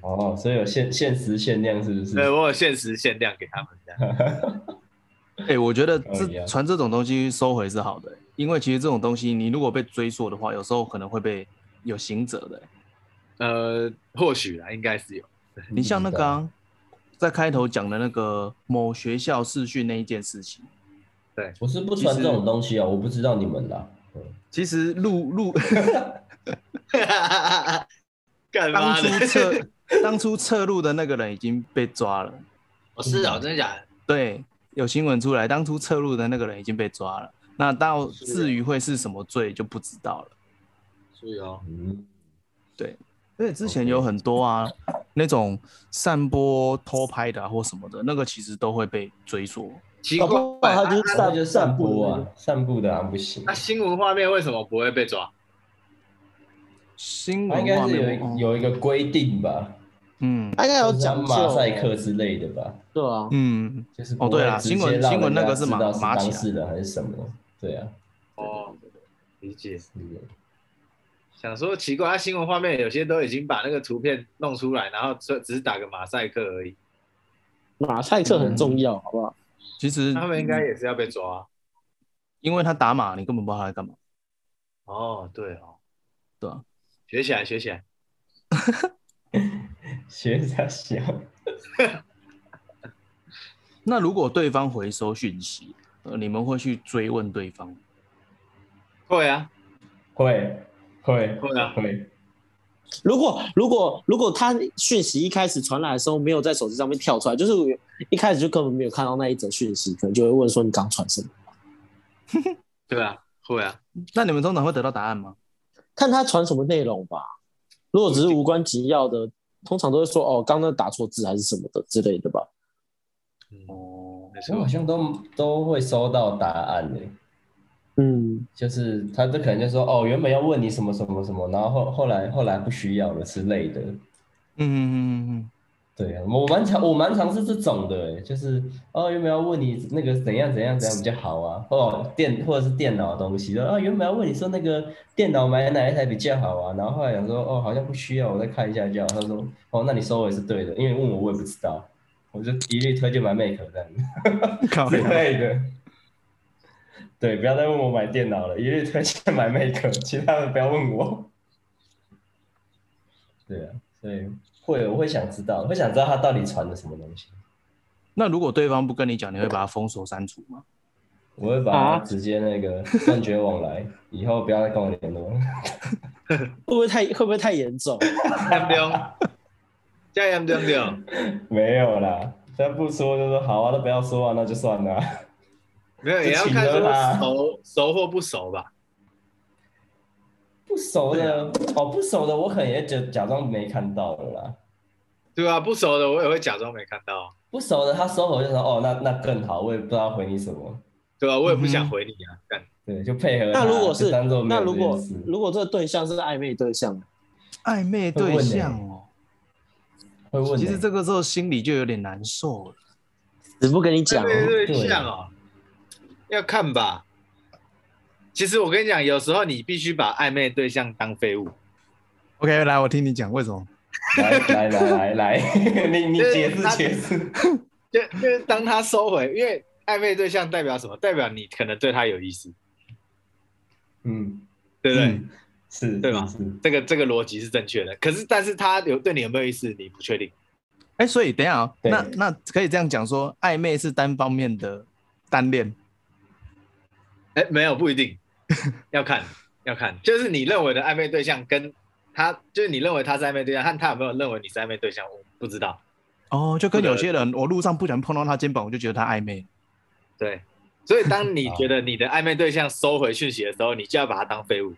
Speaker 5: 哦，所以有限限时限量是不是？
Speaker 2: 对呃我有限时限量给他们这样。
Speaker 4: 哎、我觉得
Speaker 5: 哦一
Speaker 4: 这
Speaker 5: 样
Speaker 4: 传这种东西收回是好的、因为其实这种东西你如果被追溯的话，有时候可能会被有刑责的、
Speaker 2: 呃，或许啦，应该是有。 *laughs*
Speaker 4: 你像那个、啊、在开头讲的那个某学校试训那一件事情，
Speaker 5: 我是不传这种东西啊，我不知道你们啦。
Speaker 4: 其实录录
Speaker 2: 干
Speaker 4: 当
Speaker 2: 妈
Speaker 4: 初
Speaker 2: 的！
Speaker 4: 测当初测录的那个人已经被抓了，
Speaker 2: *laughs* 我是哦，真的假的？
Speaker 4: 对，有新闻出来，当初测录的那个人已经被抓了。那到
Speaker 2: 是
Speaker 4: 至于会是什么罪就不知道了。
Speaker 2: 所以哦，
Speaker 5: 嗯，
Speaker 4: 而且之前有很多啊，那种散播偷拍的、啊、或什么的，那个其实都会被追溯。
Speaker 2: 奇
Speaker 6: 搞
Speaker 2: 怪，
Speaker 6: 不好他就是
Speaker 5: 那
Speaker 6: 散
Speaker 5: 就散步啊，，散步的啊不行
Speaker 2: 那、，新闻画面为什么不会被抓？
Speaker 4: 新
Speaker 5: 他
Speaker 4: 闻
Speaker 5: 应该
Speaker 4: 画
Speaker 5: 是有
Speaker 4: 面
Speaker 5: 一
Speaker 4: 有，
Speaker 5: 有一个规定吧，
Speaker 4: 嗯
Speaker 6: 他应该有
Speaker 5: 像
Speaker 6: 讲究哦
Speaker 5: 马赛克之类的吧，
Speaker 6: 对啊，
Speaker 4: 嗯，
Speaker 5: 就是
Speaker 4: 哦对啦新闻新闻那个是马马起来
Speaker 5: 是的还是什么？对啊，
Speaker 2: 哦，理解。
Speaker 5: 是的
Speaker 2: 想说奇怪，他新闻画面有些都已经把那个图片弄出来，然后只只是打个马赛克而已，
Speaker 6: 马赛克很
Speaker 5: 嗯
Speaker 6: 重要，好不好？
Speaker 4: 其实
Speaker 2: 他们应该也是要被抓啊、
Speaker 4: 因为他打码，你根本不知道他在干嘛。
Speaker 2: 哦，对哦，
Speaker 4: 对啊，
Speaker 2: 学起来，学起来。
Speaker 5: 学啥笑？
Speaker 4: 那如果对方回收讯息，呃，你们会去追问对方？
Speaker 2: 会啊，
Speaker 5: 会会
Speaker 2: 会啊
Speaker 5: 会，
Speaker 6: 如果如果如果他讯息一开始传来的时候没有在手机上面跳出来，就是一开始就根本没有看到那一则讯息，可能就会问说你刚传什么？
Speaker 2: 对啊，会啊。
Speaker 4: 那你们通常会得到答案吗？
Speaker 6: 看他传什么内容吧。如果只是无关紧要的，通常都会说哦，刚刚那打错字还是什么的之类的吧。
Speaker 2: 嗯，
Speaker 4: 哦，
Speaker 2: 没
Speaker 5: 我好
Speaker 2: 错，
Speaker 5: 像都都会收到答案诶、
Speaker 6: 嗯，
Speaker 5: 就是他这可能就说哦，原本要问你什么什么什么，然后后后来后来不需要了之类的。
Speaker 4: 嗯嗯嗯
Speaker 5: 对啊，我蛮常我蛮常是这种的欸，就是哦，原本要问你那个怎样怎样怎样比较好啊，哦电或者是电脑的东西，哦原本要问你说那个电脑买哪一台比较好啊，然后后来想说哦好像不需要，我再看一下就好。他说哦那你收尾是对的，因为问我我也不知道，我就一律推荐买 Mac 这样
Speaker 4: 嗯，靠
Speaker 5: 之类的。 *laughs* 对，不要再问我买电脑了，一律推荐买 Mac，其他的不要问我。 *laughs* 对啊，所以会我会想知道，会想知道他到底传的什么东西，
Speaker 4: 那如果对方不跟你讲，你会把他封锁删除吗？
Speaker 5: 我会把他直接那个断绝往来，以后不要再跟我联络。
Speaker 6: 会不会太会不会太严重？
Speaker 2: 严重，加严重点，
Speaker 5: *laughs* 没有啦，他不说就说好啊，都不要说啊，那就算了啊。 *laughs*
Speaker 2: 没有也要看
Speaker 5: 就请了啦
Speaker 2: 说熟熟或不熟吧。
Speaker 5: 不熟的哦，不熟的我可能也就假装没看到了啦。
Speaker 2: 对啊，不熟的我也会假装没看到，啊
Speaker 5: 不熟的他收回就说哦，那那更好，我也不知道回你什么。
Speaker 2: 对啊，我也不
Speaker 4: 嗯哼
Speaker 2: 想回你啊。干
Speaker 5: 对，就配合他。
Speaker 6: 那如果
Speaker 5: 就是当做没
Speaker 6: 那
Speaker 5: 有
Speaker 6: 如果
Speaker 5: 这件事
Speaker 6: 如果这个对象是暧昧对象，
Speaker 4: 暧昧对象哦，
Speaker 5: 会问、欸。
Speaker 4: 其实这个时候心里就有点难受了。
Speaker 6: 只不跟你讲哦，
Speaker 2: 对
Speaker 5: 对
Speaker 2: 对，像哦，要看吧。其实我跟你讲，有时候你必须把暧昧对象当废物。
Speaker 4: OK，来，我听你讲为什么。
Speaker 5: 来来来来来， *laughs* 你你
Speaker 2: 就是
Speaker 5: 解释
Speaker 2: 他
Speaker 5: 解释。
Speaker 2: 就就是当他收回，因为暧昧对象代表什么？代表你可能对他有意思，
Speaker 5: 嗯，
Speaker 2: *laughs* 对不对？
Speaker 5: 嗯是，
Speaker 2: 对吧 *laughs*
Speaker 5: 是？
Speaker 2: 这个这个逻辑是正确的。可是，但是他有对你有没有意思，你不确定。
Speaker 4: 哎、所以等一下、哦，
Speaker 5: 对
Speaker 4: 那那可以这样讲说，暧昧是单方面的单恋，
Speaker 2: 哎，没有，不一定， *laughs* 要看要看，就是你认为的暧昧对象跟他，就是你认为他是暧昧对象，和他有没有认为你是暧昧对象，我不知道。
Speaker 4: 哦，就跟
Speaker 2: 是的
Speaker 4: 有些人，我路上不小心碰到他肩膀，我就觉得他暧昧。
Speaker 2: 对，所以当你觉得你的暧昧对象收回讯息的时候，你就要把他当废物，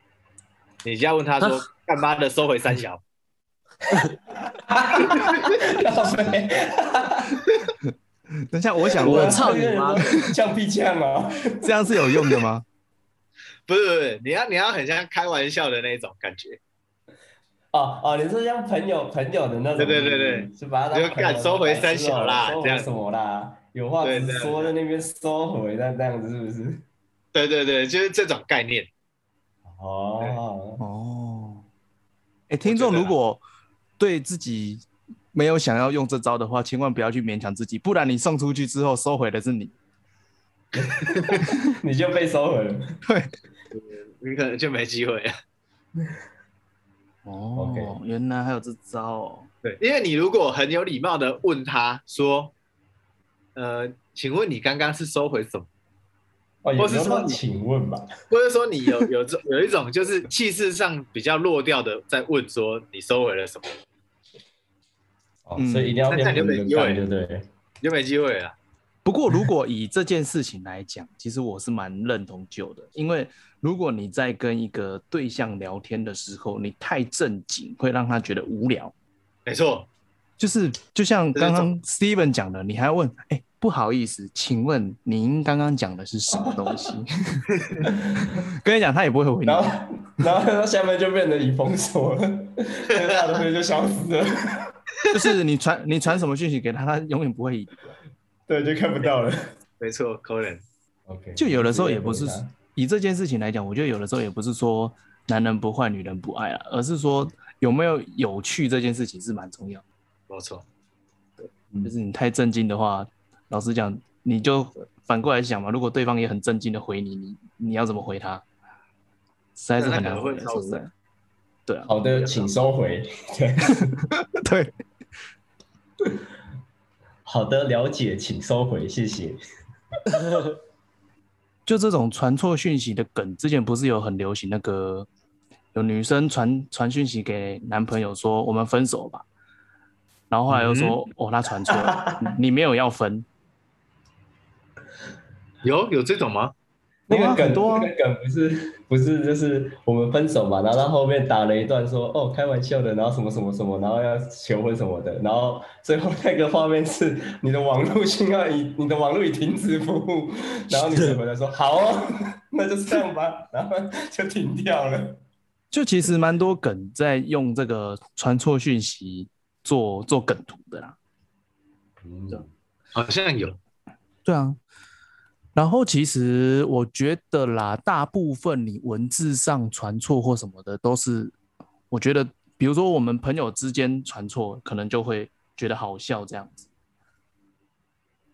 Speaker 2: 你就要问他说：“干嘛的收回三 *laughs* 小
Speaker 5: 靠背
Speaker 4: 等一下，我想
Speaker 6: 我
Speaker 4: 问，
Speaker 6: 操你妈的！
Speaker 5: 像屁呛啊！
Speaker 4: 这样是有用的吗？？”
Speaker 2: 不是不是，你要你要很像开玩笑的那种感觉，
Speaker 5: 哦哦，你说像朋友朋友的那种，
Speaker 2: 对对对对，
Speaker 5: 就把他
Speaker 2: 你就干收回三小啦
Speaker 5: 哦收
Speaker 2: 这
Speaker 5: 回
Speaker 2: 样
Speaker 5: 什么啦？有话
Speaker 2: 对
Speaker 5: 直
Speaker 2: 对
Speaker 5: 说，在那边收回，那这样子是不是？
Speaker 2: 对对对，就是这种概念。
Speaker 5: 哦，
Speaker 4: 哦，哎、听众
Speaker 2: 我觉得
Speaker 4: 如
Speaker 2: 啦
Speaker 4: 果对自己没有想要用这招的话，千万不要去勉强自己，不然你送出去之后收回的是你。
Speaker 5: 你就被收回了。
Speaker 2: 你可能就没机会了。
Speaker 4: 哦原来还有这招哦。
Speaker 2: 对，因为你如果很有礼貌的问他说：“呃，请问你刚刚是收回什么？”
Speaker 5: 哦，也
Speaker 2: 或
Speaker 5: 不
Speaker 2: 是
Speaker 5: 用
Speaker 2: 说
Speaker 5: 到请问吧？
Speaker 2: 或者说你有有这有一种就是气势上比较落掉的，在问说你收回了什么，
Speaker 5: 哦
Speaker 4: 嗯
Speaker 5: 所以一定要变
Speaker 2: 那
Speaker 5: 成
Speaker 2: 那就没
Speaker 5: 人
Speaker 2: 机会
Speaker 5: 干，对不对？
Speaker 2: 你就没机会了。
Speaker 4: 不过，如果以这件事情来讲，其实我是蛮认同
Speaker 2: *laughs*
Speaker 4: 旧的，因为如果你在跟一个对象聊天的时候，你太正经，会让他觉得无聊。
Speaker 2: 没错，
Speaker 4: 就是就像刚
Speaker 2: 这
Speaker 4: 刚 Steven 讲的，你还问，哎、不好意思，请问您刚刚讲的是什么东
Speaker 5: *laughs*
Speaker 4: 西？跟你讲，他也不会回你
Speaker 5: 然。后，然后到下面就变得已封锁了，那个大东西就消失了，
Speaker 4: 就是你传你传什么讯息给他，他永远不会。
Speaker 5: 对，就看不到了。
Speaker 2: 没错，可能
Speaker 5: OK，
Speaker 4: 就有的时候也不是
Speaker 5: 这个回答
Speaker 4: 以这件事情来讲，我觉得有的时候也不是说男人不坏，女人不爱啊，而是说有没有有趣这件事情是蛮重要的。
Speaker 2: 没错，
Speaker 4: 就是你太震惊的话，老实讲，你就反过来想嘛，如果对方也很震惊的回你，你你要怎么回他？实在是很难回
Speaker 2: 那
Speaker 4: 的，
Speaker 2: 他可能
Speaker 4: 说
Speaker 2: 会
Speaker 4: 实在。对啊，
Speaker 5: 好的，请收回。对，
Speaker 4: 对，
Speaker 5: *laughs* 好的，了解，请收回，谢谢。
Speaker 4: 就这种传错讯息的梗，之前不是有很流行那个，有女生传传讯息给男朋友说我们分手吧，然后后来又
Speaker 5: 嗯
Speaker 4: 说、哦他传错了，你你没有要分，
Speaker 2: 有有这种吗？
Speaker 5: *laughs* 那
Speaker 4: 哇
Speaker 5: 个
Speaker 4: 很
Speaker 5: 梗，
Speaker 4: 多啊
Speaker 5: 那个梗不是不是就是我们分手嘛，然后到后面打了一段说哦开玩笑的，然后什么什么什么，然后要求婚什么的，然后最后那个画面是你的网络信号已你的网络已停止服务，然后你只回来说好哦， *laughs* 那就这样吧，然后就停掉了。
Speaker 4: 就其实蛮多梗在用这个传错讯息做做梗图的啦。
Speaker 2: 好像有，
Speaker 4: 对啊，然后其实我觉得啦，大部分你文字上传错或什么的，都是我觉得，比如说我们朋友之间传错，可能就会觉得好笑这样子。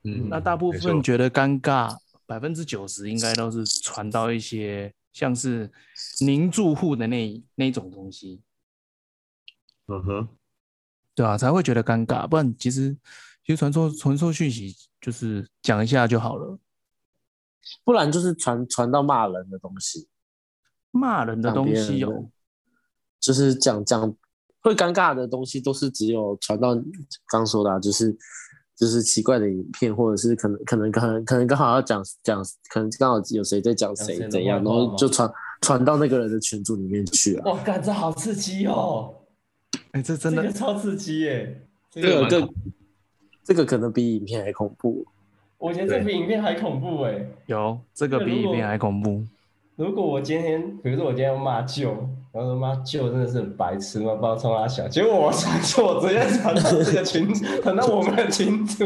Speaker 2: 嗯，
Speaker 4: 那大部
Speaker 2: 没错
Speaker 4: 分觉得尴尬，百分之九十应该都是传到一些像是您住户的那一那一种东西，
Speaker 2: 嗯哼，
Speaker 4: 对啊，才会觉得尴尬。不然其实其实传错传错讯息就是讲一下就好了。
Speaker 6: 不然就是传传到骂人的东西，
Speaker 4: 骂人的
Speaker 6: 讲
Speaker 4: 东
Speaker 6: 别
Speaker 4: 西
Speaker 6: 人
Speaker 4: 哦有、
Speaker 6: 的就是讲讲会尴尬的东西，都是只有传到刚说的、啊，就是就是奇怪的影片，或者是可能可能可能可能刚好要讲讲，可能刚好有谁在讲谁
Speaker 5: 讲谁的啊
Speaker 6: 怎样，
Speaker 5: 坏
Speaker 6: 然
Speaker 5: 话
Speaker 6: 后
Speaker 5: 吗
Speaker 6: 就传传到那个人的群组里面去啊。
Speaker 5: 哇，感这好刺激哦，
Speaker 4: 哎、这真
Speaker 5: 这
Speaker 4: 的
Speaker 5: 个超刺激耶！这
Speaker 2: 这
Speaker 6: 这
Speaker 2: 个
Speaker 6: 个
Speaker 2: 蛮
Speaker 6: 更这个可能比影片还恐怖。
Speaker 5: 我觉得这比影片还恐怖哎。
Speaker 4: 有这个比
Speaker 5: 对如
Speaker 4: 影
Speaker 5: 果
Speaker 4: 片还恐怖。
Speaker 5: 如果我今天，比如说我今天要骂舅，然后说妈舅真的是很白痴嘛，不知道冲他小，结果我传错，直接传到这个群组，传到我们的群组，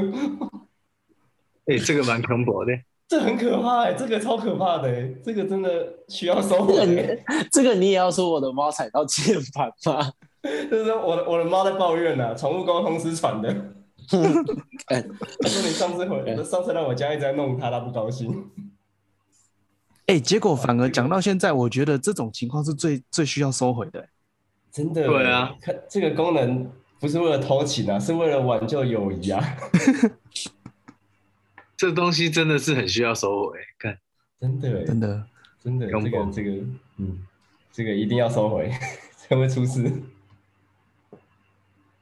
Speaker 2: 哎、这个蛮 combo 的。
Speaker 5: 这很可怕哎、这个超可怕的哎、这个真的需要收回、
Speaker 6: 这个你也要说我的猫踩到键盘吗？
Speaker 5: 就是说我的我的猫在抱怨呐、啊，宠物沟通师传的。他说你上次回，上次来我家一直在弄它，它不高兴。
Speaker 4: 哎、结果反而讲到现在，我觉得这种情况是最最需要收回的、欸
Speaker 5: 真的，
Speaker 2: 对啊，
Speaker 5: 看这个功能不是为了偷情啊，是为了挽救友谊啊，
Speaker 2: 这东西真的是很需要收回。看，
Speaker 5: 真的欸，
Speaker 4: 真的。
Speaker 5: 真的，
Speaker 2: 拥
Speaker 5: 这个
Speaker 2: 抱
Speaker 5: 这个，嗯，这个一定要收回， *laughs* 才会出事。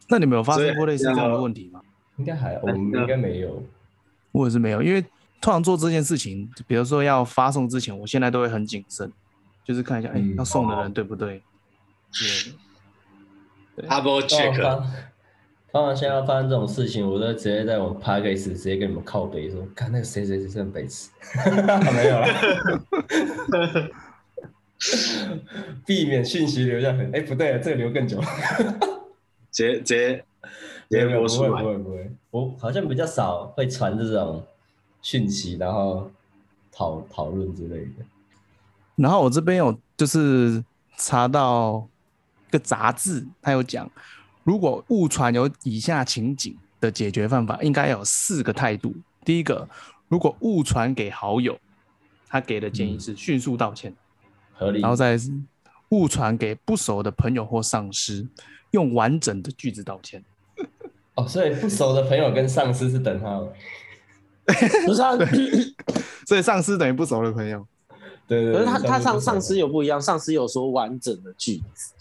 Speaker 4: 那你们有发
Speaker 2: 所以
Speaker 4: 生过类似这样的问题吗？
Speaker 5: 应该还，我们应该没有。
Speaker 4: 我也是没有，因为通常做这件事情，比如说要发送之前，我现在都会很谨慎，就是看一下，哎、
Speaker 5: 嗯
Speaker 4: 要送的人对不对之类的。
Speaker 2: double
Speaker 5: 通
Speaker 4: 哦
Speaker 2: check，
Speaker 5: 常通常现在要发生这种事情，我都直接在我们 p a c a s e 直接跟你们靠背说，看那个谁谁谁是很
Speaker 2: *laughs*
Speaker 5: 白痴，没有了，避免讯息留下痕。哎，不对，这个留更久。
Speaker 2: 直接直接直接
Speaker 5: 没有
Speaker 2: 播出
Speaker 5: 不会
Speaker 2: 来
Speaker 5: 不。会不会，我好像比较少会传这种讯息，然后讨讨论之类的。
Speaker 4: 然后我这边有就是查到一个杂志，它有讲，如果误传有以下情景的解决办法，应该有四个态度。第一个，如果误传给好友，他给的建议是迅速道歉。
Speaker 5: 合理。
Speaker 4: 然后再来是误传给不熟的朋友或上司，用完整的句子道歉。
Speaker 5: 哦，所以不熟的朋友跟上司是等号的。
Speaker 6: 不是啊他， *clears throat* 可
Speaker 4: 所以上司等于不熟的朋友。
Speaker 5: 对对对。
Speaker 6: 是他他
Speaker 5: 司
Speaker 6: 上
Speaker 5: 是
Speaker 6: 上司
Speaker 5: 等
Speaker 6: 有不一样，上司有说完整的句子，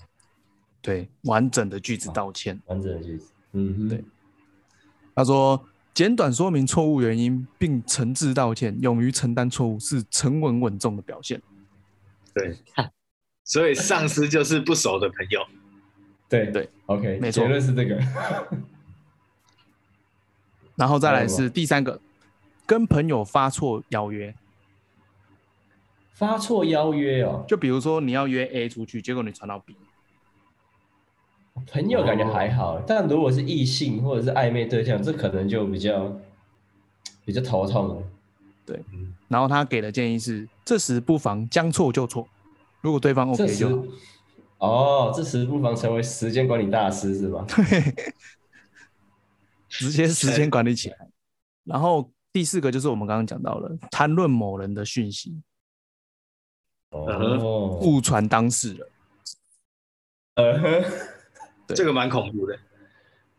Speaker 4: 对，完整的句子道歉。
Speaker 5: 号完整的句子。嗯哼，
Speaker 4: 对他说，简短说明错误原因，并诚挚道歉，勇于承担错误，是沉稳稳重的表现。
Speaker 2: 对，所以上司就是不熟的朋友。
Speaker 5: 对
Speaker 4: 对
Speaker 5: ，OK，
Speaker 4: 没错
Speaker 5: 结论是这个。
Speaker 4: 然后再
Speaker 5: 还
Speaker 4: 来
Speaker 5: 有吗
Speaker 4: 是第三个，跟朋友发错邀约。
Speaker 5: 发错邀约哦，
Speaker 4: 就比如说你要约 A 出去，结果你传到 B，
Speaker 5: 朋友感觉还好，
Speaker 4: 哦
Speaker 5: 但如果是异性或者是暧昧对象，这可能就比较比较头痛了。
Speaker 4: 然后他给的建议是，这时不妨将错就错，如果对方
Speaker 5: 这
Speaker 4: OK
Speaker 5: 时
Speaker 4: 就好。
Speaker 5: 哦，这时不妨成为时间管理大师是
Speaker 4: *laughs*
Speaker 5: 吧？
Speaker 4: 直接时间管理起来。然后第四个就是我们刚刚讲到了，谈论某人的讯息
Speaker 5: 哦，
Speaker 4: 嗯误传当事人。
Speaker 5: 呃呵，
Speaker 4: 对
Speaker 2: 这个蛮恐怖的。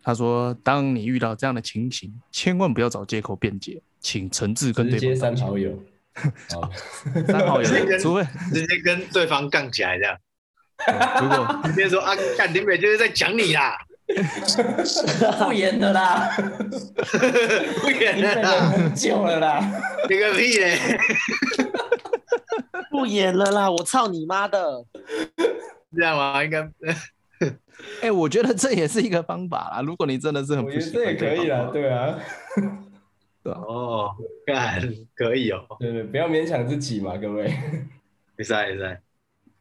Speaker 4: 他说，当你遇到这样的情形，千万不要找借口辩解，请诚挚跟
Speaker 5: 直接
Speaker 4: 对
Speaker 5: 删
Speaker 4: 方 *laughs*
Speaker 5: 好友。好
Speaker 4: 三好友
Speaker 2: 直接跟，
Speaker 4: 除非
Speaker 2: 直接跟对方杠起来，这样
Speaker 4: 如果
Speaker 2: 直接说啊，干林北就是在讲你啦，
Speaker 5: *laughs* 不演的啦，
Speaker 2: 不演
Speaker 5: 你
Speaker 2: 了
Speaker 5: 忍
Speaker 2: 啦，
Speaker 5: 很久
Speaker 4: *laughs*
Speaker 5: 了啦。
Speaker 2: 你个屁嘞！
Speaker 6: 不演了啦，我操你妈的！
Speaker 2: 这样吗？应该
Speaker 4: 哎、我觉得这也是一个方法啦。如果你真的是很
Speaker 5: 我
Speaker 4: 不
Speaker 5: 觉得
Speaker 4: 喜
Speaker 5: 这也
Speaker 4: 欢
Speaker 5: 可以
Speaker 4: 对
Speaker 5: 啦，
Speaker 4: 方，
Speaker 5: 对啊，
Speaker 2: 哦，干可以哦，
Speaker 5: 对对，不要勉强自己嘛，各位。
Speaker 2: 比
Speaker 4: 啊
Speaker 2: 赛比赛，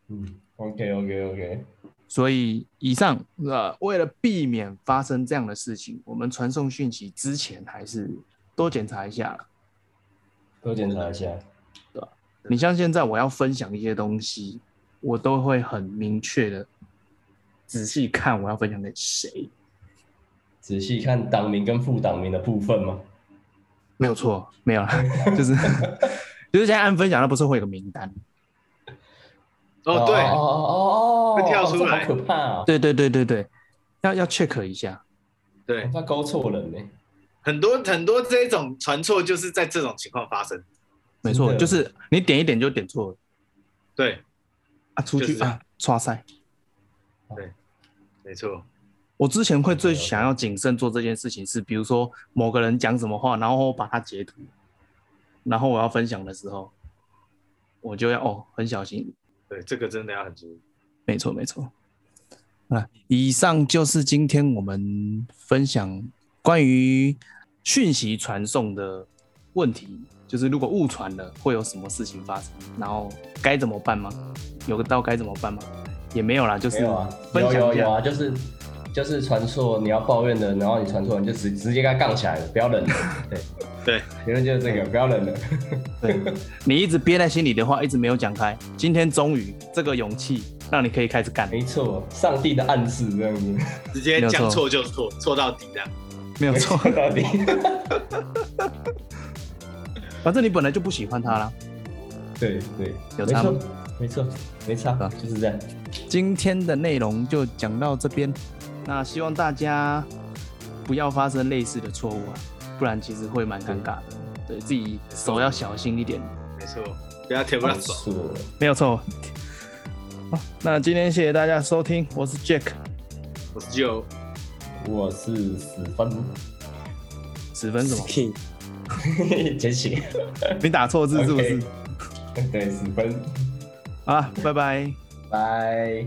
Speaker 5: 嗯，OK OK OK，
Speaker 4: 所以以上呃，为了避免发生这样的事情，我们传送讯息之前还是多检查一下啦。
Speaker 5: 多检查一下。
Speaker 4: 你像现在我要分享一些东西，我都会很明确的仔细看我要分享给谁，
Speaker 5: 仔细看党名跟副党名的部分嘛。
Speaker 4: 没有错，没有啦，就是就是现在按分享，它不是会有个名单？
Speaker 2: 哦
Speaker 5: 哦
Speaker 2: 对，
Speaker 5: 哦哦哦，
Speaker 2: 会跳出来
Speaker 5: 这好可怕哦！
Speaker 4: 对对对对对，要要 check 一下，
Speaker 2: 对，
Speaker 5: 他勾错人呢。
Speaker 2: 很多很多这种传错就是在这种情况发生，
Speaker 4: 没错，
Speaker 5: 真的
Speaker 4: 就是你点一点就点错了
Speaker 2: 对，
Speaker 4: 啊，出
Speaker 2: 就是
Speaker 4: 去
Speaker 2: 这样
Speaker 4: 啊，刷塞。
Speaker 2: 没错，
Speaker 4: 我之前会最想要谨慎做这件事情是，比如说某个人讲什么话，然后我把它截图，然后我要分享的时候，我就要哦很小心，
Speaker 2: 对，这个真的要很注意。
Speaker 4: 没错，没错。啊，以上就是今天我们分享关于讯息传送的问题，就是如果误传了会有什么事情发生，然后该怎么办吗？有个到该怎么办吗？也没有啦，就是
Speaker 5: 没有啊，
Speaker 4: 分
Speaker 5: 有
Speaker 4: 享
Speaker 5: 有
Speaker 4: 一下
Speaker 5: 有啊，就是就是传错你要抱怨的，然后你传错你就直直接跟他杠起来了，不要忍了。对
Speaker 2: 对，
Speaker 5: 结论就是这个，不要忍了。
Speaker 4: 对，你一直憋在心里的话，一直没有讲开，今天终于这个勇气让你可以开始干，
Speaker 5: 没错，上帝的暗示这样子，
Speaker 2: 直接
Speaker 4: 没有
Speaker 2: 将
Speaker 4: 错
Speaker 2: 错就错，错到底这样。
Speaker 4: 没有错，
Speaker 5: 到底
Speaker 4: 反正你本来就不喜欢他啦。
Speaker 5: *laughs* 对对，
Speaker 4: 有
Speaker 5: 没
Speaker 4: 差
Speaker 5: 错
Speaker 4: 吗
Speaker 5: 没错没差
Speaker 4: 啊，
Speaker 5: 就是这样。
Speaker 4: 今天的内容就讲到这边，那希望大家不要发生类似的错误啊，不然其实会蛮尴尬的。对自己手要小心一点，
Speaker 2: 没错，不要舔不到手。
Speaker 5: 错，
Speaker 4: 没有错。好，那今天谢谢大家收听，我是 Jack，
Speaker 2: 我是 Joe，
Speaker 5: 我是死分， *laughs*
Speaker 4: 十分什么？
Speaker 6: King，
Speaker 5: 捡起，
Speaker 4: 你打错字是不是？
Speaker 5: OK？对，死分，
Speaker 4: 啊，拜拜。
Speaker 5: 拜。